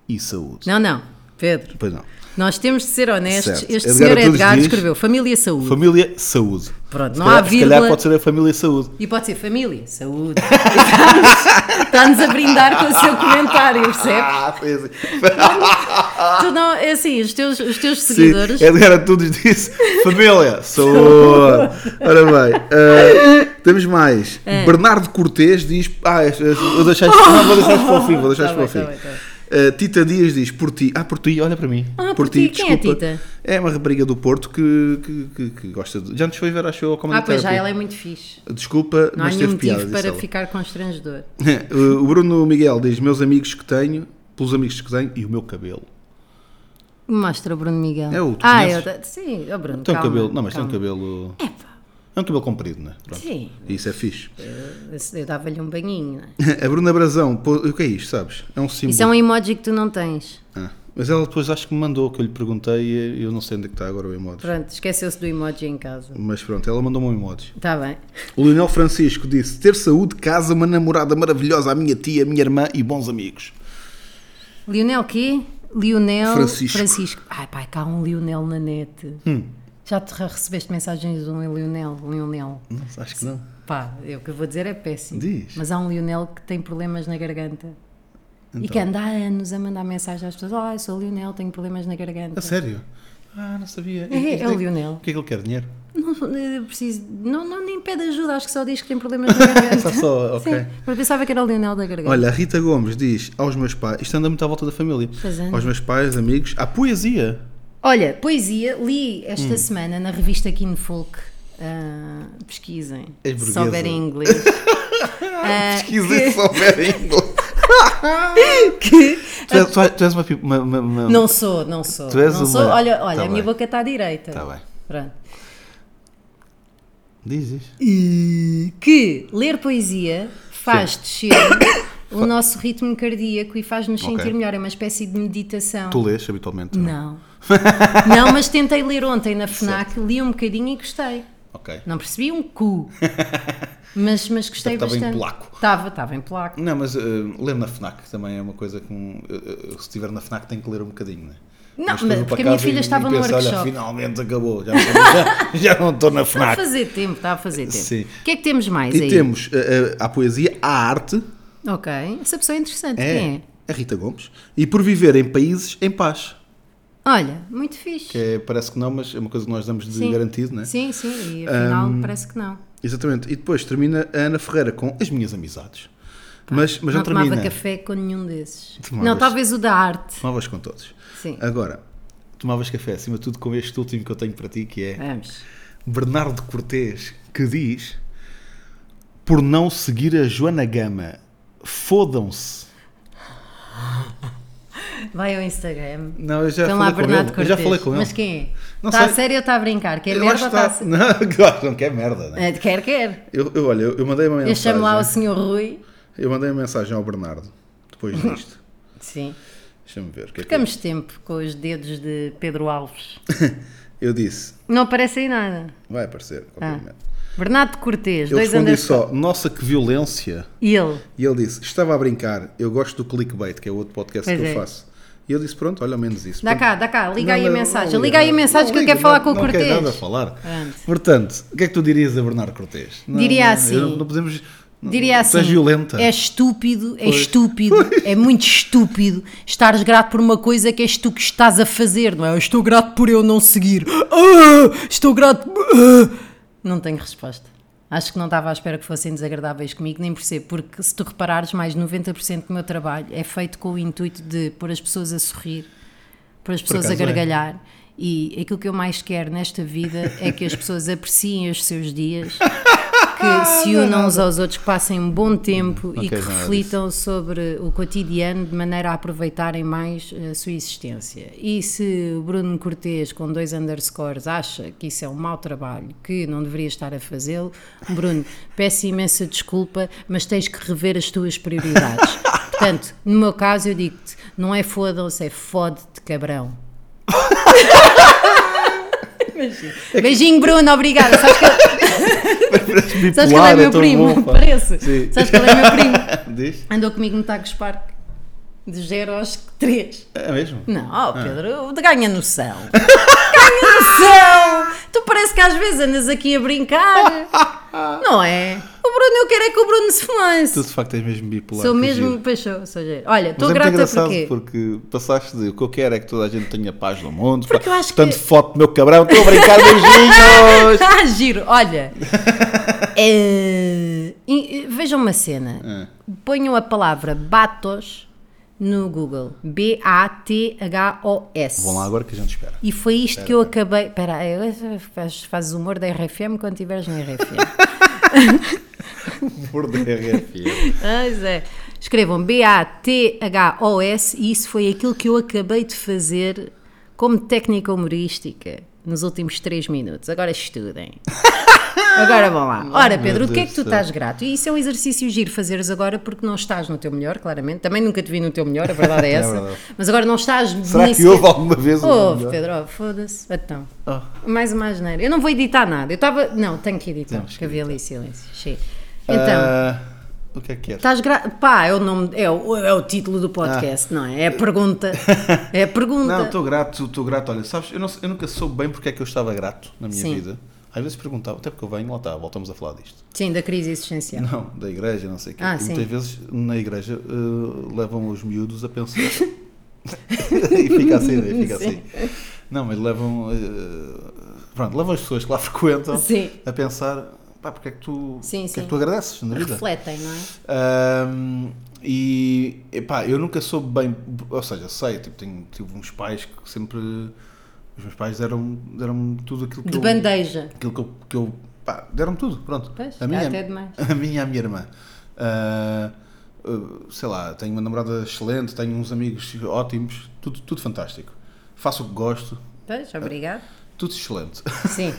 C: e saúde.
B: Não, não, Pedro,
C: Pois não.
B: nós temos de ser honestos.
C: Certo.
B: Este
C: Edgar
B: senhor
C: Antunes
B: Edgar
C: diz-
B: escreveu família, saúde.
C: Família, saúde.
B: Pronto,
C: Se
B: não
C: calhar-
B: há
C: Se calhar
B: vírgula.
C: pode ser a família, saúde.
B: E pode ser família, saúde. E está-nos- Está-nos a brindar com o seu comentário, percebes?
C: Ah, foi assim.
B: Tu não, é assim, os teus, os teus
C: Sim, é
B: seguidores.
C: Edgar Antunes disse: Família, saúde. Ora bem, eh, temos mais.
B: É.
C: Bernardo Cortês diz: Ah, este- este- vou deixar isto não, vou deixar isto para o fim. Vou deixar
B: Tá
C: isto para
B: bem,
C: o
B: tá bem,
C: fim.
B: tá bem.
C: Eh, Tita Dias diz: Por ti. Ah, por ti, olha para mim.
B: Ah, por ti. Quem é a Tita?
C: É uma rapariga do Porto que, que, que- que gosta de. Já nos foi ver, acho eu, ao Comedy
B: Ah, pois já,
C: Therapy.
B: ela é muito fixe.
C: Desculpa,
B: Não há
C: mas
B: nenhum
C: teve
B: motivo
C: é piada. disse
B: para
C: ela.
B: ficar constrangedor.
C: o Bruno Miguel diz: Meus amigos que tenho, pelos amigos que tenho e o meu cabelo.
B: Mostra o Bruno Miguel.
C: É o- tu
B: Ah,
C: conheces?
B: eu, sim, o Bruno.
C: Tem um
B: calma,
C: cabelo. Não, mas tem um
B: calma.
C: cabelo.
B: Epá,
C: É um cabelo comprido, não é? Pronto.
B: sim.
C: Isso é fixe.
B: Eu, eu dava-lhe um banhinho. não é?
C: A Bruna Brazão, pô, o que é isto, sabes? É um símbolo.
B: Isso é um emoji que tu não tens.
C: Ah, mas ela depois acho que me mandou, que eu lhe perguntei e eu não sei onde é que está agora o emoji.
B: Pronto, esqueceu-se do emoji em casa.
C: Mas pronto, ela mandou-me um emoji.
B: Está bem.
C: O Leonel Francisco disse, ter saúde, casa, uma namorada maravilhosa, a minha tia, a minha irmã e bons amigos.
B: Lionel quê? Lionel
C: Francisco. Hum.
B: Francisco. Ai pai, cá há um Lionel na net. Já te re- recebeste mensagens de um Lionel? Lionel.
C: Não, acho que não.
B: Pá, eu- o que eu vou dizer é péssimo.
C: Diz.
B: Mas há um Lionel que tem problemas na garganta. E
C: Então.
B: que anda há anos a mandar mensagem às pessoas: Ah, eu sou o Lionel, tenho problemas na garganta.
C: A sério? Ah, não sabia.
B: É,
C: E- e-
B: é o Leonel.
C: O que é que ele quer? Dinheiro?
B: Não, eh, preciso, não, não nem pede ajuda, acho que só diz que tem problemas na garganta.
C: Só- só, ok.
B: Sim, mas pensava que era o Leonel da garganta.
C: Olha, a Rita Gomes diz aos meus pais, isto anda muito à volta da família,
B: Pois é. anda.
C: aos meus pais, amigos, à poesia.
B: Olha, poesia, li
C: Hum.
B: esta semana na revista Kin Folk. ah, pesquisem.
C: És
B: Se
C: burguesa.
B: souberem inglês. Ah,
C: Pesquisem se souber inglês.
B: que-
C: Tu és, tu és- tu és uma, pi- uma, uma- uma-
B: Não sou, não sou.
C: Tu és
B: não sou.
C: uma-
B: Olha, olha
C: Tá
B: a minha
C: bem.
B: boca está à direita.
C: Tá bem.
B: Pronto.
C: Diz, diz.
B: E que ler poesia faz descer o nosso ritmo cardíaco e faz-nos
C: Ok.
B: sentir melhor. É uma espécie de meditação.
C: Tu lês habitualmente?
B: Não. não, mas tentei ler ontem na FNAC, li um bocadinho e gostei.
C: Ok.
B: Não percebi um cu. Mas, mas gostei
C: Estava em
B: bastante.
C: polaco.
B: Estava, estava em polaco.
C: Não, mas eh, ler na FNAC também é uma coisa que um, eh, eh, se estiver na FNAC tem que ler um bocadinho, né?
B: Não,
C: depois
B: mas-
C: vou para
B: porque a minha
C: casa
B: filha
C: e-
B: estava
C: e
B: num
C: penso, Olha,
B: workshop."
C: finalmente acabou, já, já, já não estou na
B: Está a
C: FNAC.
B: fazer tempo, está a fazer tempo.
C: Sim.
B: O que é que temos mais
C: E
B: aí?
C: temos eh, eh, a poesia, a arte,
B: Ok, essa pessoa é interessante. Quem
C: é
B: é?
C: a Rita Gomes, e por viver em países em paz.
B: Olha, muito fixe.
C: Que é- parece que não, mas é uma coisa que nós damos de
B: Sim.
C: garantido, né? Hum,
B: Sim, sim, e afinal parece que não.
C: Exatamente. E depois termina a Ana Ferreira com as minhas amizades. Mas, mas não,
B: não tomava
C: termina.
B: café com nenhum desses.
C: Tomavas.
B: Não, talvez o da arte.
C: Tomavas com todos.
B: Sim.
C: Agora, tomavas café acima de tudo com este último que eu tenho para ti, que é
B: Vamos.
C: Bernardo Cortês, que diz por não seguir a Joana Gama, fodam-se.
B: Vai ao Instagram.
C: Não, eu já
B: Estão Então lá
C: falei com
B: Bernardo
C: ele. Eu já falei
B: Cortes.
C: com ele.
B: Mas quem é?
C: Não
B: Está a
C: sei.
B: sério ou está a brincar? Quer
C: Eu
B: merda
C: acho
B: ou
C: que tá.
B: está a
C: está-
B: sério?
C: Não, claro, não quer merda, né?
B: É, Quer, quer.
C: Eu, eu, olha, eu, eu mandei uma
B: Eu
C: mensagem.
B: chamo lá o senhor Rui.
C: Eu mandei uma mensagem ao Bernardo depois disto.
B: Sim.
C: Deixa-me ver. o Que é que
B: Ficamos tempo com os dedos de Pedro Alves.
C: eu... eu disse,
B: Não aparece aí nada.
C: vai aparecer. a qualquer
B: Ah.
C: momento.
B: Bernardo Cortês,
C: Eu
B: dois
C: respondi
B: andares.
C: só, nossa que violência.
B: E ele?
C: E ele disse: Estava a brincar, eu gosto do clickbait, que é outro podcast
B: Pois
C: que
B: é.
C: eu faço. E eu disse: Pronto, olha, ao menos isso.
B: Dá
C: Pronto.
B: cá, dá cá, liga aí a
C: Não, não,
B: mensagem.
C: não
B: Liga aí a
C: não
B: mensagem que eu
C: liga,
B: quero falar com o
C: não quero
B: Cortês.
C: nada a falar.
B: Pronto.
C: Portanto, o que é que tu dirias a Bernardo Cortês? Não,
B: Diria
C: não,
B: assim.
C: eu Não podemos. não-
B: Diria
C: Tu
B: assim:
C: és violenta.
B: é estúpido, é estúpido, é muito estúpido estares grato por uma coisa que és tu que estás a fazer, não é? Eu estou grato por eu não seguir, Ah, estou grato. por- ah. Não tenho resposta. Acho que não estava à espera que fossem desagradáveis comigo, nem percebo, porque se tu reparares, mais de 90% do meu trabalho é feito com o intuito de pôr as pessoas a sorrir, pôr as pessoas a
C: acaso é.
B: gargalhar. E aquilo que eu mais quero nesta vida é que as pessoas apreciem os seus dias que se unam uns aos outros, que passem um bom tempo
C: não
B: e que
C: queres nada
B: reflitam sobre o cotidiano de maneira a aproveitarem mais eh, a sua existência. E se o Bruno Cortês, com dois underscores, acha que isso é um mau trabalho, que não deveria estar a fazê-lo, Bruno, peço imensa desculpa, mas tens que rever as tuas prioridades. Portanto, no meu caso, eu digo-te, não é fodam-se, é fode-te, cabrão. Beijinho, Bruno, obrigada. Sabes que Sabes qual é
C: Bipolar,
B: meu
C: tão
B: primo?
C: bom, pá.
B: Parece.
C: então, Sim.
B: Sabes qual é meu primo?
C: Diz?
B: Andou comigo no Tacos Parque. De 0 aos 3.
C: É mesmo?
B: Não, oh, Pedro, ganha noção. ganha noção! Tu parece que às vezes andas aqui a brincar. não é? O Bruno, eu quero é que o Bruno se
C: Tu
B: lance.
C: de facto és mesmo bipolar.
B: Sou
C: que
B: mesmo
C: giro.
B: paixão, sou giro. Olha, estou
C: Mas é muito
B: grata
C: engraçado
B: porque.
C: porque passaste de o que eu quero é que toda a gente tenha paz no mundo.
B: Porque
C: pá.
B: eu acho que-
C: Portanto, foto meu cabrão, estou a brincar, beijinhos!
B: Ah, giro, olha. Eh, e- e- vejam uma
C: Ah.
B: cena. Ponham a palavra Batos no Google. B-A-T-H-O-S.
C: Vão lá agora que a gente espera.
B: E foi isto que eu acabei. Espera, eu- fazes fazes humor da RFM quando estiveres na RFM.
C: Por DRFM.
B: Pois é. Escrevam B-A-T-H-O-S e isso foi aquilo que eu acabei de fazer como técnica humorística nos últimos 3 minutos. Agora estudem. Agora vão lá. Ora, Pedro, o que é que tu
C: Deus do céu.
B: estás grato? E isso é um exercício giro fazeres agora porque não estás no teu melhor, claramente. Também nunca te vi no teu melhor, a verdade é
C: É
B: essa.
C: verdade.
B: Mas agora não estás
C: Será
B: nem
C: que
B: sequer-
C: houve alguma vez um
B: Houve,
C: melhor?
B: Pedro, oh, foda-se. Então.
C: Ah.
B: Mais uma asneira. Eu não vou editar nada. Eu estava. Não, tenho que editar,
C: Temos que
B: porque havia ali silêncio. Sim. Então, Tá
C: Ah, o que é que queres?
B: estás gra... Pá, é o nome. É o, é o título do podcast, não é? É a pergunta. É a pergunta.
C: Ah. Não, estou grato, estou grato. Olha, sabes, eu, não- eu nunca soube bem porque é que eu estava grato na minha
B: Sim.
C: vida. Às vezes perguntava, até porque eu venho, lá está, voltamos a falar disto.
B: Sim, da crise existencial.
C: Não, da igreja, não sei o quê.
B: Ah,
C: e
B: sim.
C: muitas vezes na igreja eh, levam os miúdos a pensar. e fica assim, né? fica assim. Não, mas levam. eh, pronto, levam as pessoas que lá frequentam
B: Sim.
C: a pensar. Pá, porque é que tu,
B: Sim,
C: porque é
B: sim.
C: que tu agradeces na vida?
B: Refletem, não é?
C: Ahm, e epá, eu nunca soube bem, ou seja, sei, tipo, tenho, tive uns pais que sempre os meus pais deram deram tudo aquilo que
B: De
C: eu,
B: bandeja.
C: aquilo que eu, que eu pá, deram tudo, pronto.
B: Pois,
C: a minha,
B: é até demais.
C: a minha e a minha irmã. Ah, ah, sei lá, tenho uma namorada excelente, tenho uns amigos ótimos, tudo, tudo fantástico. Faço o que gosto,
B: Pois, obrigado.
C: tudo excelente.
B: Sim.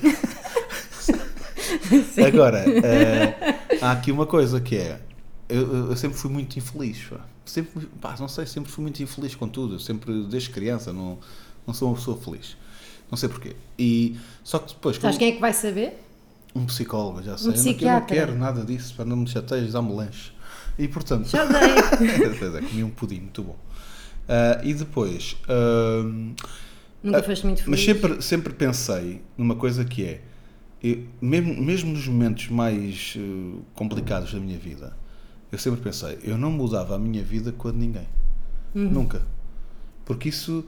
C: Agora, eh, há aqui uma coisa que é. Eu, eu- eu sempre fui muito infeliz. pá. Sempre, pá, não sei, sempre fui muito infeliz com tudo. Eu Sempre, desde criança, não, não sou uma pessoa feliz. Não sei porquê. E, só que depois,
B: Sabes
C: como,
B: quem é que vai saber?
C: um psicólogo, já sei, eu não- eu, não
B: psiquiatra.
C: quero nada disso, para não me chateias, dá-me lanche. E portanto.
B: Já dei.
C: Pois é, comi um pudim muito bom. Ah, e depois. hum, ahm,
B: Nunca foste muito feliz.
C: Ah, mas sempre, sempre pensei numa coisa que é, eu- mesmo, mesmo nos momentos mais eh, complicados da minha vida, eu sempre pensei, eu não mudava a minha vida com a de ninguém.
B: Uhum.
C: Nunca. Porque isso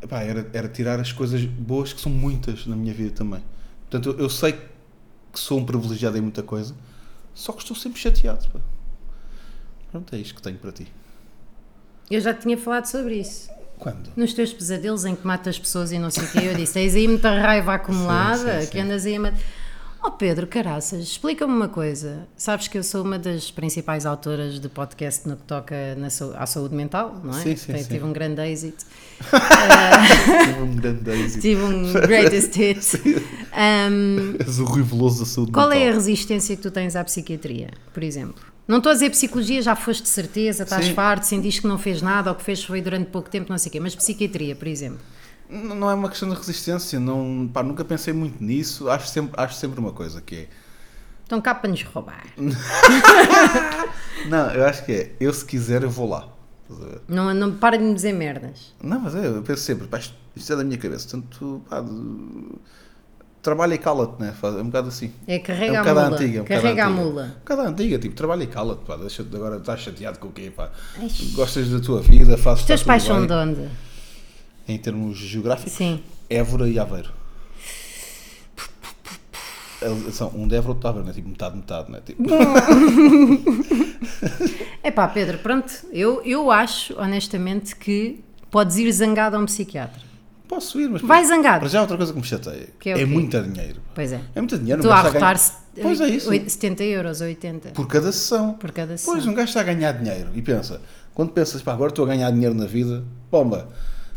C: epá, era, era tirar as coisas boas, que são muitas na minha vida também. Portanto, eu, eu sei que sou um privilegiado em muita coisa, só que estou sempre chateado. Pá. Pronto, é isto que tenho para ti.
B: Eu já te tinha falado sobre isso.
C: Quando?
B: Nos teus pesadelos em que matas pessoas e não sei o que, eu disse: tens aí muita raiva acumulada
C: Sim, sim,
B: que
C: sim.
B: andas aí a matar. Oh Pedro, caraças, explica-me uma coisa. Sabes que eu sou uma das principais autoras de podcast no que toca na sau- à saúde mental, não é?
C: Sim, sim,
B: Tive
C: sim.
B: um grande êxito.
C: Tive um grande êxito.
B: Tive um greatest hit. Um,
C: És o Rui Veloso da saúde
B: qual
C: mental.
B: é a resistência que tu tens à psiquiatria, por exemplo? Não estou a dizer psicologia, já foste de certeza, estás
C: Sim.
B: farto, sentiste que não fez nada ou que fez foi durante pouco tempo, não sei o quê, mas psiquiatria, por exemplo.
C: N- Não é uma questão de resistência, não, pá, nunca pensei muito nisso. Acho sempre, acho sempre uma coisa que é.
B: Estão cá para nos roubar.
C: Não, eu acho que é, eu se quiser eu vou lá. Estás a ver?
B: Não, não para de me dizer merdas.
C: Não, mas é, eu penso sempre, pá, isto isto é da minha cabeça, portanto, pá, de- trabalha e cala-te, né? Faz- É um bocado assim.
B: É carrega
C: é um
B: a
C: bocado à
B: mula.
C: antiga. é Um bocado à
B: carrega a
C: antiga.
B: mula.
C: Um bocado à antiga, tipo, trabalha e cala-te, pá, deixa-te agora, estás chateado com o quê, pá?
B: Ai,
C: Gostas da tua vida, fazes
B: Os teus
C: está
B: pais
C: tudo
B: são de
C: bem.
B: onde?
C: Em termos geográficos,
B: Sim.
C: Évora e Aveiro. Eles São um de Évora, outro de Aveiro, né? Tipo, metade, metade, né? Tipo,
B: É pá, Pedro, pronto. Eu, eu acho, honestamente, que podes ir zangado a um psiquiatra.
C: posso ir, mas... tipo,
B: Vai
C: Para
B: zangado.
C: já, outra coisa que me chateia.
B: Que é
C: é
B: o quê?
C: muito dinheiro, pá.
B: Pois é.
C: É muito dinheiro. um
B: Estou a
C: gajo está
B: arrotar
C: ganhar- Pois é isso.
B: 70 euros, 80.
C: Por cada sessão.
B: Por cada
C: Pois,
B: sessão.
C: um gajo está a ganhar dinheiro e pensa, quando pensas, pá, agora estou a ganhar dinheiro na vida, pomba,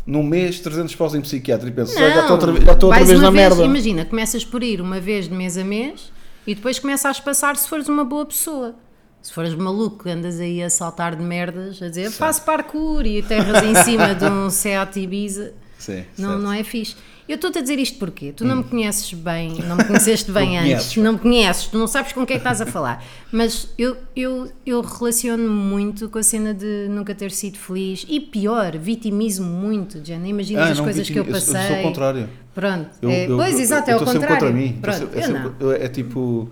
C: num mês 300 paus em psiquiatra e pensas, "Ah, já estou outra, já estou outra
B: vais
C: vez
B: uma
C: na merda.
B: Imagina, começas por ir uma vez de mês a mês e depois começas a passar se fores uma boa pessoa. Se fores maluco, andas aí a saltar de merdas, a dizer faço parkour e aterras em cima de um Seat Ibiza.
C: Sim,
B: Não,
C: certo. Hum.
B: não é fixe. Eu estou-te a dizer isto porque tu não me conheces bem, não me conheceste bem
C: Não me
B: antes,
C: conheces.
B: não me conheces, tu não sabes com quem é que estás a falar. Mas eu, eu, eu relaciono-me muito com a cena de nunca ter sido feliz e pior, vitimizo-me muito, Jana. Imaginas
C: Ah,
B: as
C: não,
B: coisas que eu
C: eu sou-
B: passei.
C: eu sou o contrário.
B: Pronto.
C: Eu-
B: é,
C: eu-
B: pois,
C: eu-
B: exato,
C: eu
B: é o
C: estou sempre
B: contrário.
C: Contra mim.
B: Pronto,
C: Estou sempre-
B: eu
C: é,
B: não.
C: sempre- eu- é tipo,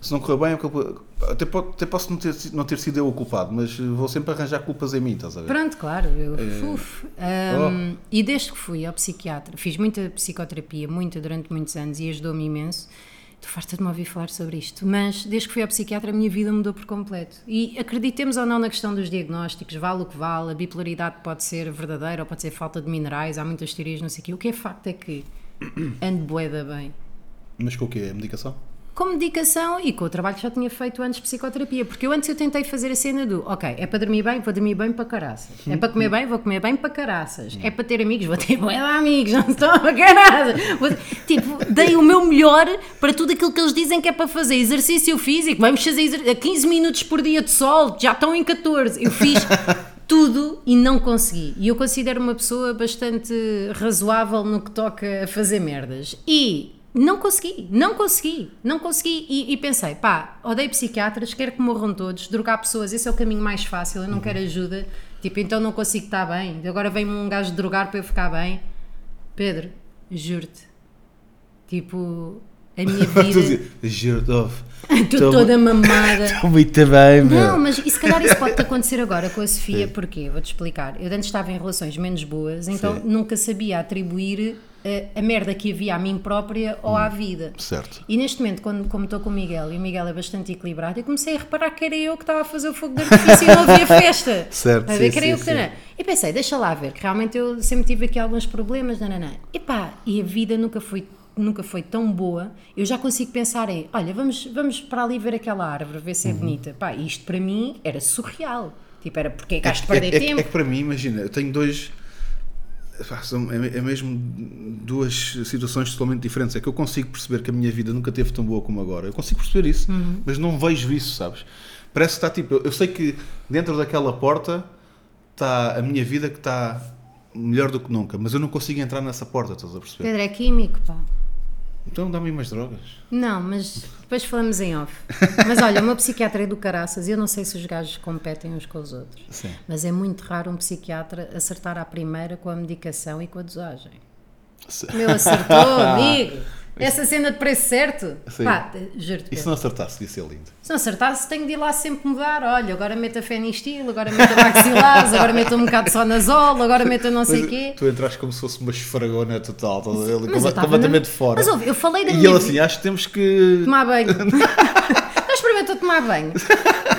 C: se não correr bem, é culpa- até, pode- até posso não ter, sido- não ter sido eu o culpado, mas vou sempre arranjar culpas em mim, estás a ver?
B: Pronto, claro. Eu, uf, hum, E desde que fui ao psiquiatra, fiz muita psicoterapia, muita durante muitos anos e ajudou-me imenso. Estou farta de me ouvir falar sobre isto, mas desde que fui ao psiquiatra a minha vida mudou por completo. E acreditemos ou não na questão dos diagnósticos, vale o que vale, a bipolaridade pode ser verdadeira ou pode ser falta de minerais, há muitas teorias, não sei o quê. O que é facto é que ando boeda bem.
C: Mas com o quê? A medicação?
B: Com medicação e com o trabalho que já tinha feito antes de psicoterapia, porque eu antes eu tentei fazer a cena do ok, é para dormir bem, vou dormir bem para caraças. É para comer bem, vou comer bem para caraças. É para ter amigos, vou ter bué de amigos, não estou para caraças. Vou- Tipo, dei o meu melhor para tudo aquilo que eles dizem que é para fazer. Exercício físico, vamos fazer exer- 15 minutos por dia de sol, já estão em 14. Eu fiz tudo e não consegui. E eu considero uma pessoa bastante razoável no que toca a fazer merdas. E não consegui, não consegui, não consegui. E, e pensei, pá, odeio psiquiatras, quero que morram todos, drogar pessoas, esse é o caminho mais fácil,
C: Uhum.
B: eu não quero ajuda. Tipo, então não consigo estar bem, agora vem-me um gajo drogar para eu ficar bem. Pedro, juro-te, tipo, a minha
C: Estou a
B: vida.
C: dizer, Gerdov.
B: Estou toda mamada.
C: muito bem,
B: Não, mas e se calhar isso pode acontecer agora com a Sofia, porquê? Vou-te explicar. Eu antes estava em relações menos boas, então
C: Sim.
B: nunca sabia atribuir eh, a, merda que havia a mim própria ou
C: Hum.
B: à vida.
C: Certo.
B: E neste momento, quando, como estou com o Miguel e o Miguel é bastante equilibrado, eu comecei a reparar que era eu que estava a fazer o fogo de artifício e não havia festa.
C: Certo,
B: A ver,
C: sim,
B: que era
C: sim,
B: eu que
C: sim.
B: era. E pensei, deixa lá ver, que realmente eu sempre tive aqui alguns problemas, nananã. E pá, e a vida nunca foi, nunca foi tão boa, eu já consigo pensar em, olha, vamos, vamos para ali ver aquela árvore, ver
C: Uhum.
B: se é bonita. Pá, isto para mim era surreal. Tipo, era porque é que has de
C: É,
B: perder
C: é- é
B: tempo?
C: que para mim, imagina, eu tenho dois. pá, são- é, me- é mesmo duas situações totalmente diferentes. É que eu consigo perceber que a minha vida nunca teve tão boa como agora. Eu consigo perceber isso,
B: Uhum.
C: mas não vejo isso, sabes? Parece que está tipo. Eu, eu sei que dentro daquela porta está a minha vida que está melhor do que nunca, mas eu não consigo entrar nessa porta, estás a perceber?
B: Pedro, é químico, pá.
C: Então dá-me mais drogas.
B: Não, mas depois falamos em off. Mas olha, o meu psiquiatra é do caraças e eu não sei se os gajos competem uns com os outros.
C: Sim.
B: Mas é muito raro um psiquiatra acertar à primeira com a medicação e com a dosagem.
C: Se-
B: O meu acertou, amigo! Essa cena de preço certo?
C: Sim.
B: Pá, juro-te.
C: E se
B: Pedro.
C: não acertasse, ia ser lindo.
B: Se não acertasse, tenho de ir lá sempre mudar. Olha, agora meto a fenistilo, agora meto a maxilase, agora meto um bocado de sonazol, agora meto a não sei o
C: Mas
B: quê.
C: Tu entraste como se fosse uma esfragona total, estás a ver?
B: Mas eu
C: Compa-
B: estava
C: completamente
B: na-
C: fora.
B: Mas ouve, eu falei da
C: E
B: minha
C: ele
B: vida-
C: assim, acho que temos que.
B: tomar banho. Não experimentou tomar banho.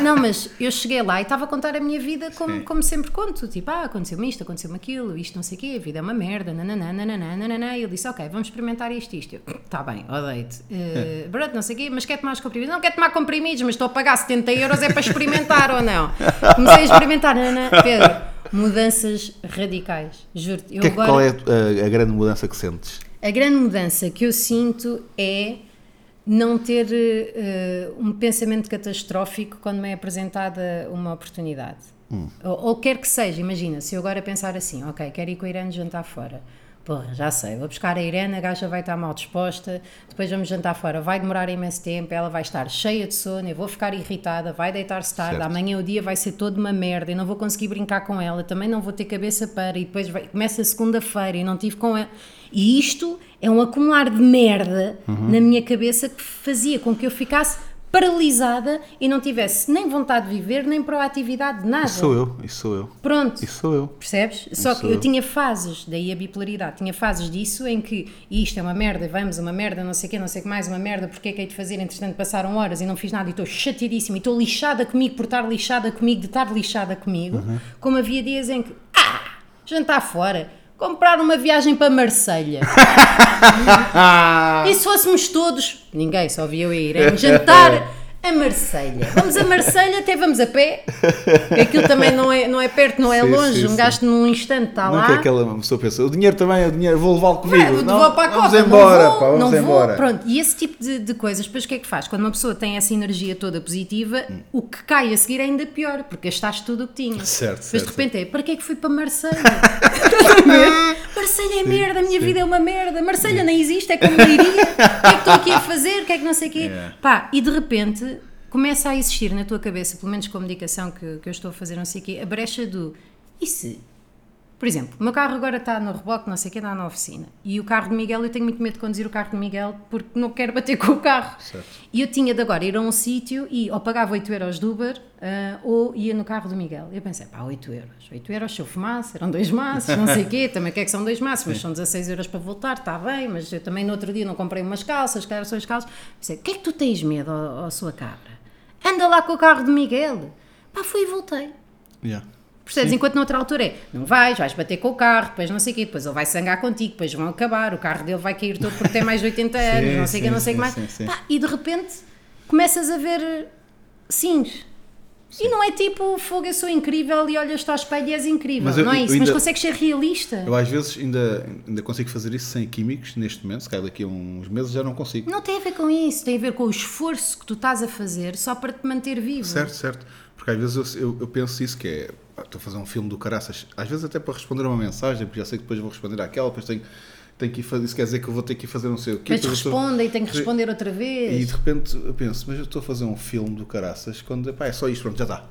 B: Não, mas eu cheguei lá e estava a contar a minha vida como,
C: Sim.
B: como sempre conto. Tipo, ah, aconteceu-me isto, aconteceu-me aquilo, isto não sei o quê, a vida é uma merda, nananã, nananã, nananã. E ele disse, ok, vamos experimentar isto, isto. Eu, tá bem, odeio-te.
C: É.
B: Uh, Bruno, não sei o quê, mas quer tomar os comprimidos? Não, quer tomar comprimidos, mas estou a pagar 70 euros, é para experimentar ou não? Comecei a experimentar, nananã. Pedro, mudanças radicais, juro-te. Eu
C: Que é que-
B: agora-
C: qual é a, a grande mudança que sentes?
B: a grande mudança que eu sinto é não ter eh, um pensamento catastrófico quando me é apresentada uma oportunidade. Ou, ou quer que seja, imagina, se eu agora pensar assim, ok, quero ir com a Irene jantar fora. Pô, já sei, vou buscar a Irene, a gaja vai estar mal disposta, depois vamos jantar fora, vai demorar imenso tempo, ela vai estar cheia de sono, eu vou ficar irritada, vai deitar-se tarde,
C: Certo.
B: amanhã o dia vai ser todo uma merda, eu não vou conseguir brincar com ela, também não vou ter cabeça para, e depois vai- começa a segunda-feira e não tive com ela. E isto é um acumular de merda na minha cabeça que fazia com que eu ficasse paralisada e não tivesse nem vontade de viver, nem proatividade de nada.
C: Isso sou eu, isso sou eu.
B: Pronto.
C: Isso é. sou eu.
B: Percebes? Só que
C: sou eu.
B: eu tinha fases, daí a bipolaridade, tinha fases disso em que isto é uma merda, vamos, uma merda, não sei o quê, não sei o que mais, uma merda, porque é que hei de fazer? Entretanto, passaram horas e não fiz nada e estou chateadíssima e estou lixada comigo por estar lixada comigo, de estar lixada comigo.
C: Uhum.
B: Como havia dias em que, ah, jantar fora, comprar uma viagem para Marselha.
C: Ah.
B: E se fôssemos todos, ninguém, só vi eu e a Irene, jantar a Marselha. Vamos a Marselha, até vamos a pé. Aquilo também não é, não é perto, não é
C: Sim,
B: longe,
C: sim,
B: um
C: sim.
B: gajo num instante está
C: Não
B: lá.
C: Ah, é que aquela pessoa pensa, o dinheiro também, é o dinheiro, vou levá-lo comigo.
B: Vai,
C: não,
B: vou para a
C: vamos
B: Copa,
C: embora,
B: não vou,
C: pá, vamos
B: não
C: embora.
B: Vou, pronto, e esse tipo de, de coisas, depois o que é que faz? Quando uma pessoa tem essa energia toda positiva,
C: Hum.
B: o que cai a seguir é ainda pior, porque gastaste tudo o que tinhas.
C: Certo,
B: Depois
C: certo,
B: de repente é, para que é que fui para Marselha? Estás a ver? Marselha é merda, a minha vida é uma merda, Marselha nem existe, é como diria, o que é que estou aqui a fazer, o que é que não sei o quê.
C: Yeah.
B: Pá, e de repente começa a existir na tua cabeça, pelo menos com a medicação que, que eu estou a fazer, não sei o quê, a brecha do, e se... Por exemplo, o meu carro agora está no reboque, não sei o que, está na oficina. E o carro de Miguel, eu tenho muito medo de conduzir o carro de Miguel porque não quero bater com o carro. E eu tinha de agora ir a um sítio e ou pagava 8 euros de Uber ah, ou ia no carro do Miguel. Eu pensei, pá, 8 euros. 8 euros se eu fumasse, eram dois maços, não sei o quê. Também o que é que são dois maços, mas são 16 euros para voltar, está bem. Mas eu também no outro dia não comprei umas calças, calhar são as calças. Pensei, o que é que tu tens medo, ó, ó sua cabra? Anda lá com o carro de Miguel. Pá, fui e voltei.
C: Yeah.
B: Percebes? Enquanto noutra altura é, não vais, vais bater com o carro, depois não sei o quê, depois ele vai sangar contigo, depois vão acabar, o carro dele vai cair todo porque tem mais de 80 anos, não sei o quê,
C: sim,
B: não sei o que mais.
C: sim, sim, sim.
B: Pá, e de repente começas a ver eh, sims. E não é tipo, fogo, eu sou incrível e olhas-te ao espelho e és incrível,
C: Mas eu-
B: não é
C: eu
B: isso?
C: ainda-
B: Mas consegues ser realista.
C: Eu às vezes ainda, ainda consigo fazer isso sem químicos neste momento, se calhar daqui a uns meses já não consigo.
B: Não tem a ver com isso, tem a ver com o esforço que tu estás a fazer só para te manter vivo.
C: Certo, certo. Porque às vezes eu, eu, eu penso isso, que é, "Ah, estou a fazer um filme do caraças, às vezes até para responder uma mensagem, porque já sei que depois vou responder àquela, depois tenho, tenho que ir fazer, isso quer dizer que eu vou ter que ir fazer não sei o quê.
B: Depois te
C: depois eu estou-
B: respondem e tenho que
C: Sim.
B: responder outra
C: E
B: vez.
C: de repente eu penso, mas eu estou a fazer um filme do caraças, quando, pá, é só isto, pronto, já está.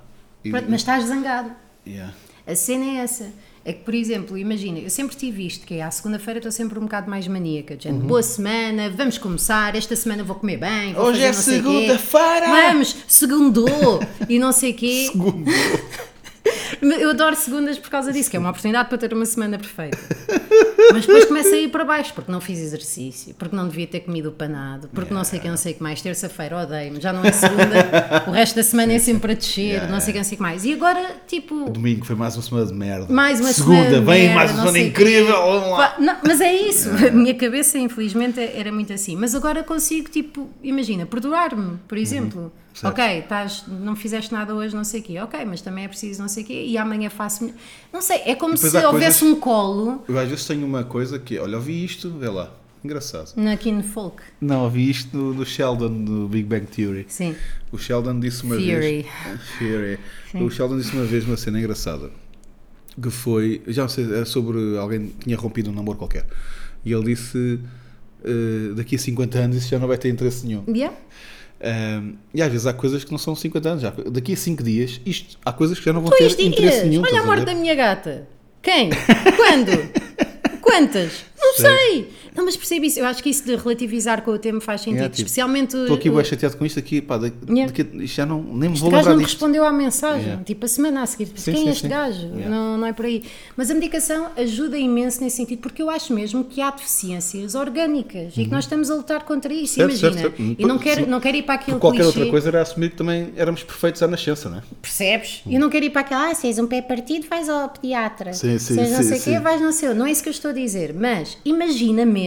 C: E-
B: Pronto, mas estás zangado.
C: Yeah.
B: A cena é essa. É que, por exemplo, imagina, eu sempre tive isto, que é à segunda-feira estou sempre um bocado mais maníaca. Gente,
C: Uhum.
B: boa semana, vamos começar, esta semana vou comer bem. Vou
C: Hoje
B: fazer
C: é
B: não sei quê.
C: segunda-feira!
B: Vamos, segundou e não sei quê.
C: Segundo.
B: Eu adoro segundas por causa disso, que é uma oportunidade para ter uma semana perfeita. Mas depois começa a ir para baixo, porque não fiz exercício, porque não devia ter comido o panado, porque não sei o que, não sei o que mais. Terça-feira, odeio-me, já não é segunda, o resto da semana é sempre para descer,
C: Yeah,
B: não sei o que, não sei o que mais. E agora, tipo,
C: Domingo foi mais uma semana de merda.
B: Mais uma
C: Segunda,
B: semana de
C: vem
B: merda,
C: mais uma
B: não
C: semana
B: sei o
C: incrível,
B: quê.
C: vamos lá.
B: Pá, não, mas é isso. A minha cabeça, infelizmente, é- era muito assim. Mas agora consigo, tipo, imagina, perdoar-me, por exemplo.
C: Uhum. certo.
B: Ok, estás, não fizeste nada hoje, não sei o quê. Ok, mas também é preciso não sei o quê. E amanhã faço melhor. Não sei, é como
C: Depois
B: se
C: há
B: houvesse
C: coisas-
B: um colo
C: Eu às vezes tenho uma coisa que é, olha, ouvi isto, vê lá, engraçado.
B: na Kin Folk.
C: Não, ouvi isto no, no Sheldon, do Big Bang Theory.
B: Sim.
C: O Sheldon disse uma
B: Theory.
C: vez... Theory. O Sheldon disse uma vez uma cena engraçada, que foi, já não sei, é sobre alguém que tinha rompido um namoro qualquer. E ele disse, eh, daqui a 50 anos isso já não vai ter interesse nenhum.
B: Yeah?
C: Ahm, e às vezes há coisas que não são 50 anos, já. daqui a 5 dias, isto, há coisas que já não vão ter
B: Dois
C: interesse
B: dias!
C: nenhum.
B: Olha
C: estás
B: a
C: a
B: morte
C: ver?
B: da minha gata. Quem? Quando? Quantas? Não
C: Sei.
B: sei. Não, mas percebe isso. Eu acho que isso de relativizar com o tempo faz sentido.
C: Yeah, tipo,
B: Especialmente.
C: Estou aqui
B: o-
C: bem chateado com isto aqui, pá, da-
B: Yeah.
C: daqui a- isto já não, nem me
B: Este
C: vou
B: gajo
C: lembrar
B: não me
C: disto.
B: respondeu à mensagem,
C: Yeah.
B: tipo a semana a seguir. tipo,
C: Sim,
B: quem
C: sim,
B: é este
C: sim.
B: gajo?
C: Yeah.
B: Não, não é por aí. Mas a medicação ajuda imenso nesse sentido, porque eu acho mesmo que há deficiências orgânicas e que nós estamos a lutar contra isso.
C: Uhum. Certo,
B: imagina.
C: certo, certo.
B: Eu não
C: Porque
B: quero,
C: se-
B: não quero ir para aquele
C: Porque qualquer
B: clichê,
C: outra coisa era assumir que também éramos perfeitos à nascença, não é?
B: percebes? Eu não quero ir para aquela, ah, se és um pé partido, vais ao pediatra.
C: Sim, sim,
B: se és não
C: sim,
B: sei o
C: sim.
B: quê, vais não sei. onde. Não é isso que eu estou a dizer. Mas imagina mesmo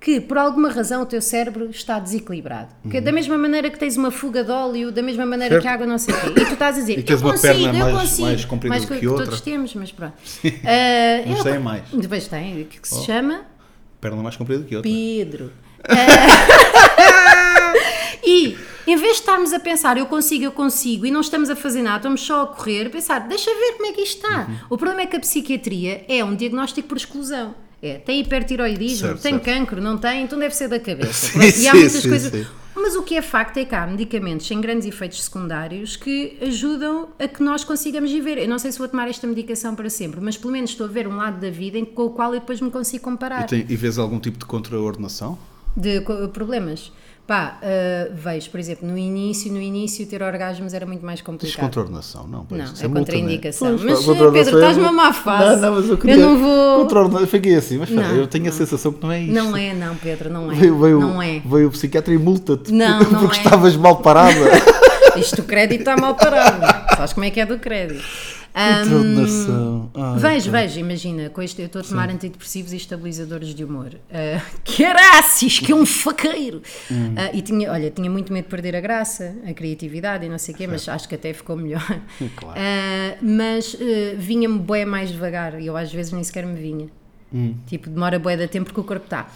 B: que por alguma razão o teu cérebro está desequilibrado. Que da mesma maneira que tens uma fuga de óleo, da mesma maneira
C: Uhum. Certo.
B: que a água não sei o quê, e tu estás a dizer,
C: E tens
B: eu
C: uma
B: consigo,
C: perna
B: eu
C: mais-
B: consigo.
C: mais comprida do
B: coisa
C: que outra.
B: todos temos, mas pronto. Ah,
C: Uns
B: eu-
C: têm mais. Oh.
B: Depois tem, que que se chama
C: Perna mais comprida que outra.
B: Pedro. Ah, e em vez de estarmos a pensar eu consigo, eu consigo, e não estamos a fazer nada, estamos só a
C: Uhum.
B: correr, pensar, deixa ver como é que isto está. O problema é que a psiquiatria é um diagnóstico por exclusão. É É, tem hipertiroidismo,
C: Certo,
B: tem
C: certo.
B: cancro, não tem, então deve ser da cabeça.
C: Sim,
B: Pronto, e há
C: sim,
B: muitas
C: sim,
B: coisas.
C: sim.
B: Mas o que é facto é que há medicamentos sem grandes efeitos secundários que ajudam a que nós consigamos viver. Eu não sei se vou tomar esta medicação para sempre, mas pelo menos estou a ver um lado da vida em- com o qual eu depois me consigo comparar.
C: E, tem, e vês algum tipo de contraordenação?
B: de co- problemas. Pá, ah, vejo, por exemplo, no início, no início ter orgasmos era muito mais
C: Tens
B: complicado.
C: contraordenação, não? pois,
B: Não,
C: isso
B: é
C: multa, não
B: contraindicação.
C: Pois,
B: Mas,
C: pá, contraordenação
B: Pedro,
C: é-
B: estás-me a má face.
C: Não, não, mas
B: Eu
C: eu queria...
B: não vou-
C: Contraordenação, fiquei assim, mas espera,
B: Não,
C: eu tenho a
B: não.
C: sensação que não é isto.
B: Não é, não, Pedro, não é.
C: Veio, veio,
B: não é.
C: veio o psiquiatra e multa-te
B: Não,
C: porque,
B: não
C: porque
B: é.
C: estavas mal parada.
B: Isto o crédito está mal parado. Sabes como é que é do crédito? Ah,
C: Contraordenação. Ai,
B: vejo, vejo, imagina, com este, eu estou a tomar antidepressivos e estabilizadores de humor. Ah, caraças, que é um faqueiro!
C: Hum.
B: Ah, e tinha, olha, tinha muito medo de perder a graça, a criatividade e não sei o quê, mas acho que até ficou melhor.
C: Claro.
B: Ah, mas eh, vinha-me bué mais devagar e eu às vezes nem sequer me vinha.
C: Hum.
B: Tipo, demora bué da tempo porque o corpo está.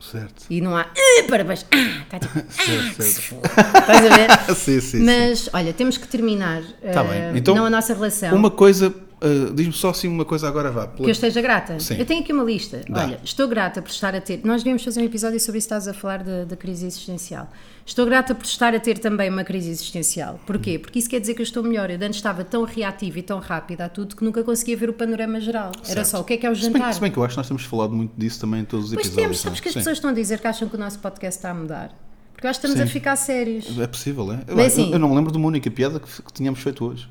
C: Certo.
B: E não há. "Ah, Para baixo. Ah, está tipo.
C: certo, certo.
B: Estás a ver?
C: Ah, Sim, sim, sim.
B: Mas, olha, temos que terminar.
C: Tá
B: eh,
C: bem. Então,
B: não a nossa relação.
C: Uma coisa, ah, diz-me só assim uma coisa agora, vá. pela-
B: Que eu esteja grata.
C: Sim.
B: Eu tenho aqui uma lista.
C: Dá.
B: Olha, estou grata por estar a ter. Nós devíamos fazer um episódio sobre isso, estás a falar da, da crise existencial. Estou grata por estar a ter também uma crise existencial.
C: Uhum.
B: Porquê? Porque isso quer dizer que eu estou melhor. Eu antes estava tão reativa e tão rápida a tudo que nunca conseguia ver o panorama geral. Era
C: Certo.
B: só o que é que é o
C: Se bem,
B: jantar.
C: se bem que eu acho que nós temos falado muito disso também em todos os
B: Pois
C: episódios.
B: temos, sabes
C: não é?
B: que as
C: Sim.
B: pessoas estão a dizer que acham que o nosso podcast está a mudar. Porque eu acho que estamos
C: Sim.
B: a ficar sérios.
C: É possível, é? Eu,
B: Mas, assim-
C: eu- eu não lembro de uma única piada que, que tínhamos feito hoje.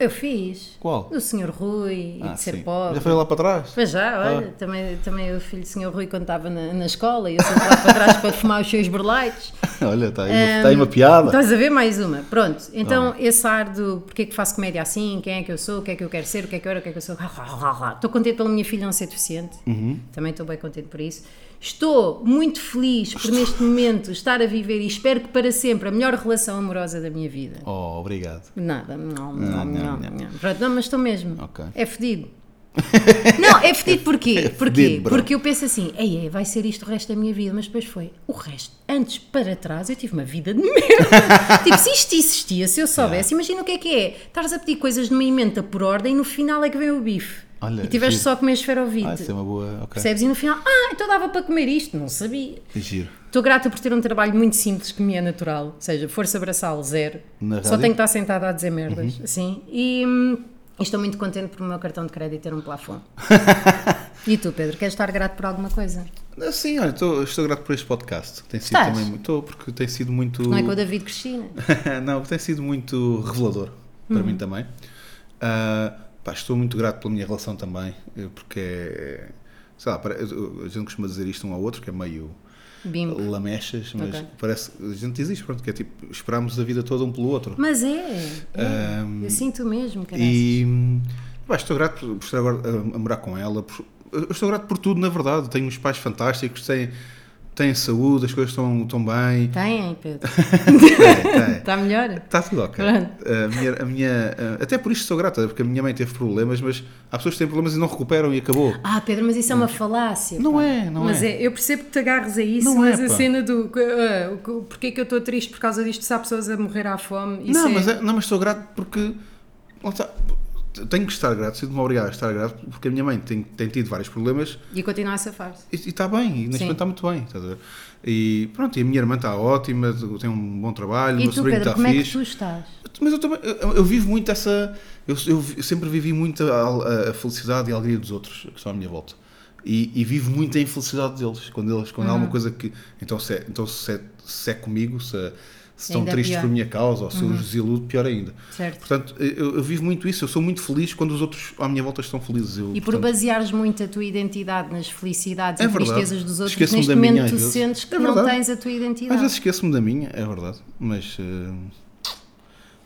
B: Eu fiz.
C: Qual? Ah,
B: Do senhor Rui e de ser é pobre.
C: Já foi lá para trás?
B: Pois já, olha, também, também o filho do Sr. Rui quando estava na, na escola e eu sempre lá para trás para fumar os seus berleites.
C: Olha, está aí, uma-
B: Ehm,
C: está aí uma piada.
B: Estás a ver mais uma. Pronto, então esse ar do porque é que faço comédia assim, quem é que eu sou, o que é que eu quero ser, o que é que eu era, o que é que eu sou. Estou contente pela minha filha não ser deficiente. Também estou bem contente por isso. Estou muito feliz por neste momento estar a viver e espero que para sempre a melhor relação amorosa da minha vida.
C: Oh, obrigado.
B: Nada, não, não,
C: Não,
B: não,
C: não,
B: não. Pronto, não, mas estou mesmo.
C: Ok.
B: É fedido. não, é fedido porquê? porquê?
C: fedido, bro.
B: Porque eu penso assim, ei, ei, vai ser isto o resto da minha vida, mas depois foi o resto. Antes para trás eu tive uma vida de merda. tipo, se isto existia, se eu soubesse, imagina o que é que é. Estares a pedir coisas numa emenda por ordem e no final é que vem o bife.
C: Olha,
B: e tiveste
C: giro.
B: só a comer
C: Ah,
B: esferovite.
C: isso é uma boa. Ok.
B: Percebes? E no final, ah, então dava para comer isto, não sabia.
C: Giro.
B: Estou grata por ter um trabalho muito simples que me é natural, ou seja, força braçal zero.
C: Na
B: Só
C: rádio? Uhum.
B: tenho que estar sentada a dizer merdas, assim. E hum, estou muito contente por o meu cartão de crédito ter um plafond. e tu, Pedro, queres estar grato por alguma coisa?
C: Ah, Sim, olha, estou, estou grato por este podcast. Tem sido
B: Estás?
C: também muito. Estou, porque tem sido muito.
B: Não é com o David Cristina?
C: Não, tem sido muito revelador para
B: Uhum.
C: mim também. Ah, pá, estou muito grato pela minha relação também, eh, porque é. Sei lá, pare- eu- a gente costuma dizer isto um ao outro, que é meio
B: Bimbo.
C: lamechas, mas
B: Ok.
C: parece. A gente diz isto, pronto, que é tipo, esperamos a vida toda um pelo outro.
B: Mas é, é. eu sinto mesmo, cara.
C: Hum. E hum, pá, estou grato por, por estar agora a, a morar com ela. por- eu estou grato por tudo, na verdade. Tenho uns pais fantásticos, têm, têm saúde, as coisas estão, estão bem.
B: Tem, Pedro?
C: Tem,
B: Está melhor?
C: Está tudo ok.
B: Pronto.
C: A minha, a minha- a- até por isto sou grata, porque a minha mãe teve problemas, mas há pessoas que têm problemas e não recuperam e acabou.
B: Ah, Pedro, mas isso é uma falácia.
C: Hum. Não
B: pá.
C: é, não
B: mas
C: é.
B: Eu percebo que te agarres a isso,
C: Não
B: mas
C: é,
B: a
C: pá.
B: cena do. ah, o que- porque é que eu estou triste por causa disto? Se há pessoas a morrer à fome. Isso
C: não,
B: é-
C: mas é- não, mas estou grato porque. lá está, tenho que estar grato, sinto-me obrigado a estar grato, porque a minha mãe tem, tem tido vários problemas
B: E continua a safar-se.
C: E e está bem, e neste
B: Sim.
C: momento está muito bem. estás a ver? E pronto, e a minha irmã está ótima, tem um bom trabalho, o
B: E
C: meu
B: tu,
C: sobrinho
B: Pedro,
C: está
B: como é que
C: fixe.
B: tu estás?
C: Mas eu também, eu, eu vivo muito essa. Eu, eu vi- sempre vivi muito a, a- a felicidade e a alegria dos outros que estão à minha volta. E, e vivo muito a infelicidade deles. Quando, eles, quando há
B: Ah.
C: alguma coisa que. Então, se é, então se é, se é comigo, se, se estão
B: Ainda é
C: tristes
B: pior. Uhum.
C: por minha causa ou se eu os desiludo, pior ainda.
B: Certo.
C: Portanto, eu, eu vivo muito isso. Eu sou muito feliz quando os outros à minha volta estão felizes. Eu,
B: E por
C: portanto,
B: baseares muito a tua identidade nas felicidades
C: É
B: e
C: verdade.
B: tristezas dos outros,
C: Esqueço-me
B: neste
C: da minha,
B: momento
C: às
B: tu
C: vezes.
B: sentes que
C: É
B: não
C: verdade.
B: tens a tua
C: Às
B: identidade.
C: vezes esqueço-me da minha, é verdade. Mas. eh,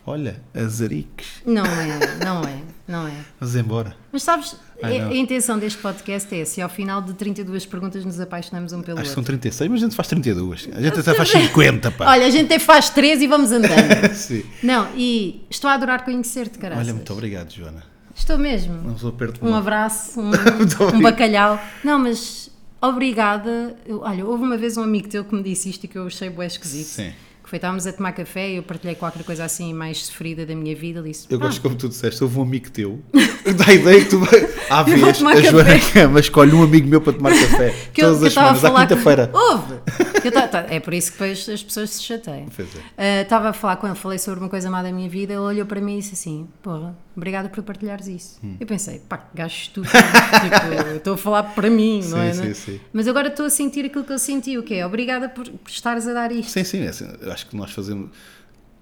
C: olha, azariques.
B: Não é, não é, não é.
C: Vamos embora.
B: Mas sabes,
C: Ai,
B: a,
C: não.
B: a intenção deste podcast é se ao final de 32 perguntas nos apaixonamos um pelo
C: Acho que são
B: outro.
C: 36, mas a gente faz 32. A gente até faz 50, pá.
B: Olha, a gente até faz 3 e vamos andando.
C: Sim.
B: não, e estou a adorar conhecer-te, caraças.
C: Olha, muito obrigado, Joana.
B: Estou mesmo.
C: Não sou perto de
B: Um
C: uma-
B: abraço, um, um
C: obrigado.
B: bacalhau. Não, mas obrigada. Eu- Olha, houve uma vez um amigo teu que me disse isto e que eu achei bué esquisito.
C: Sim.
B: Que Foi, estávamos a tomar café e eu partilhei qualquer coisa assim mais sofrida da minha vida. Disse, "Ah,
C: Eu
B: "Pá,
C: gosto como tu disseste, houve um amigo teu. Dá a ideia que tu vai. À
B: vou
C: vez,
B: tomar
C: a Joana
B: café.
C: Cama escolhe um amigo meu para tomar café.
B: que eu-
C: todas
B: que eu estava
C: as
B: a
C: semanas, à
B: falar com-
C: quinta-feira.
B: Houve! Que eu ta- ta- É por isso que depois as pessoas se chateiam.
C: Pois é.
B: Ah, Estava a falar com ele, falei sobre uma coisa má da minha vida, ele olhou para mim e disse assim: Porra, obrigada por partilhares isso.
C: Hum.
B: Eu pensei, pá, que gajo estúpido, tipo, eu estou a falar para mim, não
C: Sim,
B: é? não é?
C: sim, sim.
B: Mas agora estou a sentir aquilo que ele sentiu, o que é? Obrigada por, por estares a dar isto.
C: Sim, sim, é assim, eu acho que nós fazemos.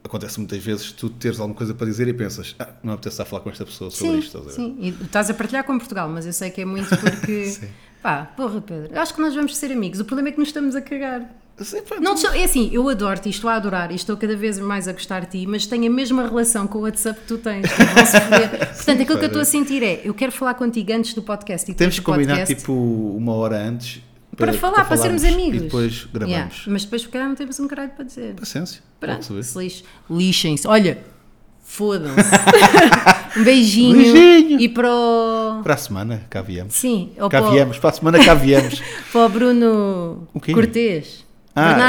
C: Acontece muitas vezes tu teres alguma coisa para dizer e pensas, ah, não apetece estar a falar com esta pessoa sobre isto. estás a ver?
B: sim. E estás a partilhar com Portugal, mas eu sei que é muito porque.
C: Sim.
B: pá, porra, Pedro, eu acho que nós vamos ser amigos, o problema é que nos estamos a cagar.
C: Sim, pá,
B: Não, te sou- é assim, eu adoro-te e estou a adorar e estou cada vez mais a gostar de ti, mas tenho a mesma relação com o WhatsApp que tu tens. que vão se foder. Portanto, aquilo que eu estou a sentir é, eu quero falar contigo antes do podcast e
C: Temos
B: depois
C: que
B: do
C: combinar
B: podcast,
C: tipo uma hora antes
B: para, falar, para, sermos
C: falarmos
B: amigos.
C: E depois gravamos.
B: Yeah, Mas depois, porque não temos um caralho para dizer.
C: Paciência. vamos
B: Pronto,
C: saber.
B: se lixo. lixem-se. Olha, fodam-se. um beijinho.
C: Beijinho.
B: E para o.
C: Para a semana, cá viemos.
B: Sim, ou
C: Cá
B: para, o-
C: viemos, para a semana cá viemos.
B: para o Bruno
C: O quê? Ah,
B: Cortês.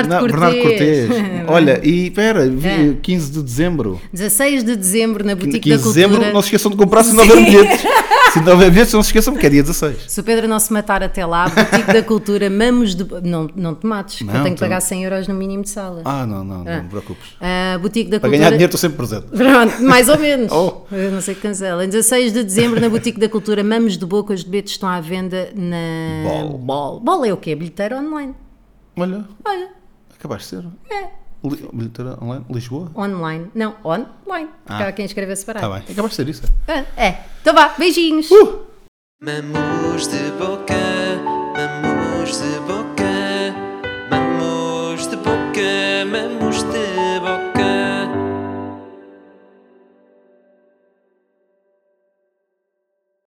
C: não, Bernardo Cortês. Olha, e espera, vi-
B: É.
C: 15 de dezembro.
B: 16 de dezembro na Boutique
C: 15 de
B: da Cultura.
C: dezembro, não se esqueçam de comprar se não
B: Sim.
C: houver bilhetes. Se não houver bilhetes, não se esqueçam que é dia 16.
B: Se o Pedro não se matar até lá, Boutique da Cultura, mamos de. Não, não te mates, que
C: Não,
B: eu tenho que
C: tu-
B: pagar 100 euros no mínimo de sala.
C: Ah, não, não, não, não te preocupes.
B: Ah, Boutique da
C: Para ganhar
B: Cultura.
C: dinheiro estou sempre presente.
B: Pronto, mais ou menos.
C: Oh.
B: Eu não sei que cancela. Em 16 de dezembro, na Boutique da Cultura, mamos de boca, os bilhetes estão à venda na.
C: Bol.
B: Bol. Bol é o quê? Bilheteira online.
C: Olha,
B: Olha,
C: acabaste de ser.
B: é.
C: Li- Bilheteira online, Lisboa?
B: Online. Não, online. Porque
C: Ah.
B: há quem escreva separado.
C: Está bem, Uh! acabaste de ser isso.
B: Ah, É. Então vá, beijinhos.
A: Mamus de boca, mamus de boca, mamus de boca, mamus de boca.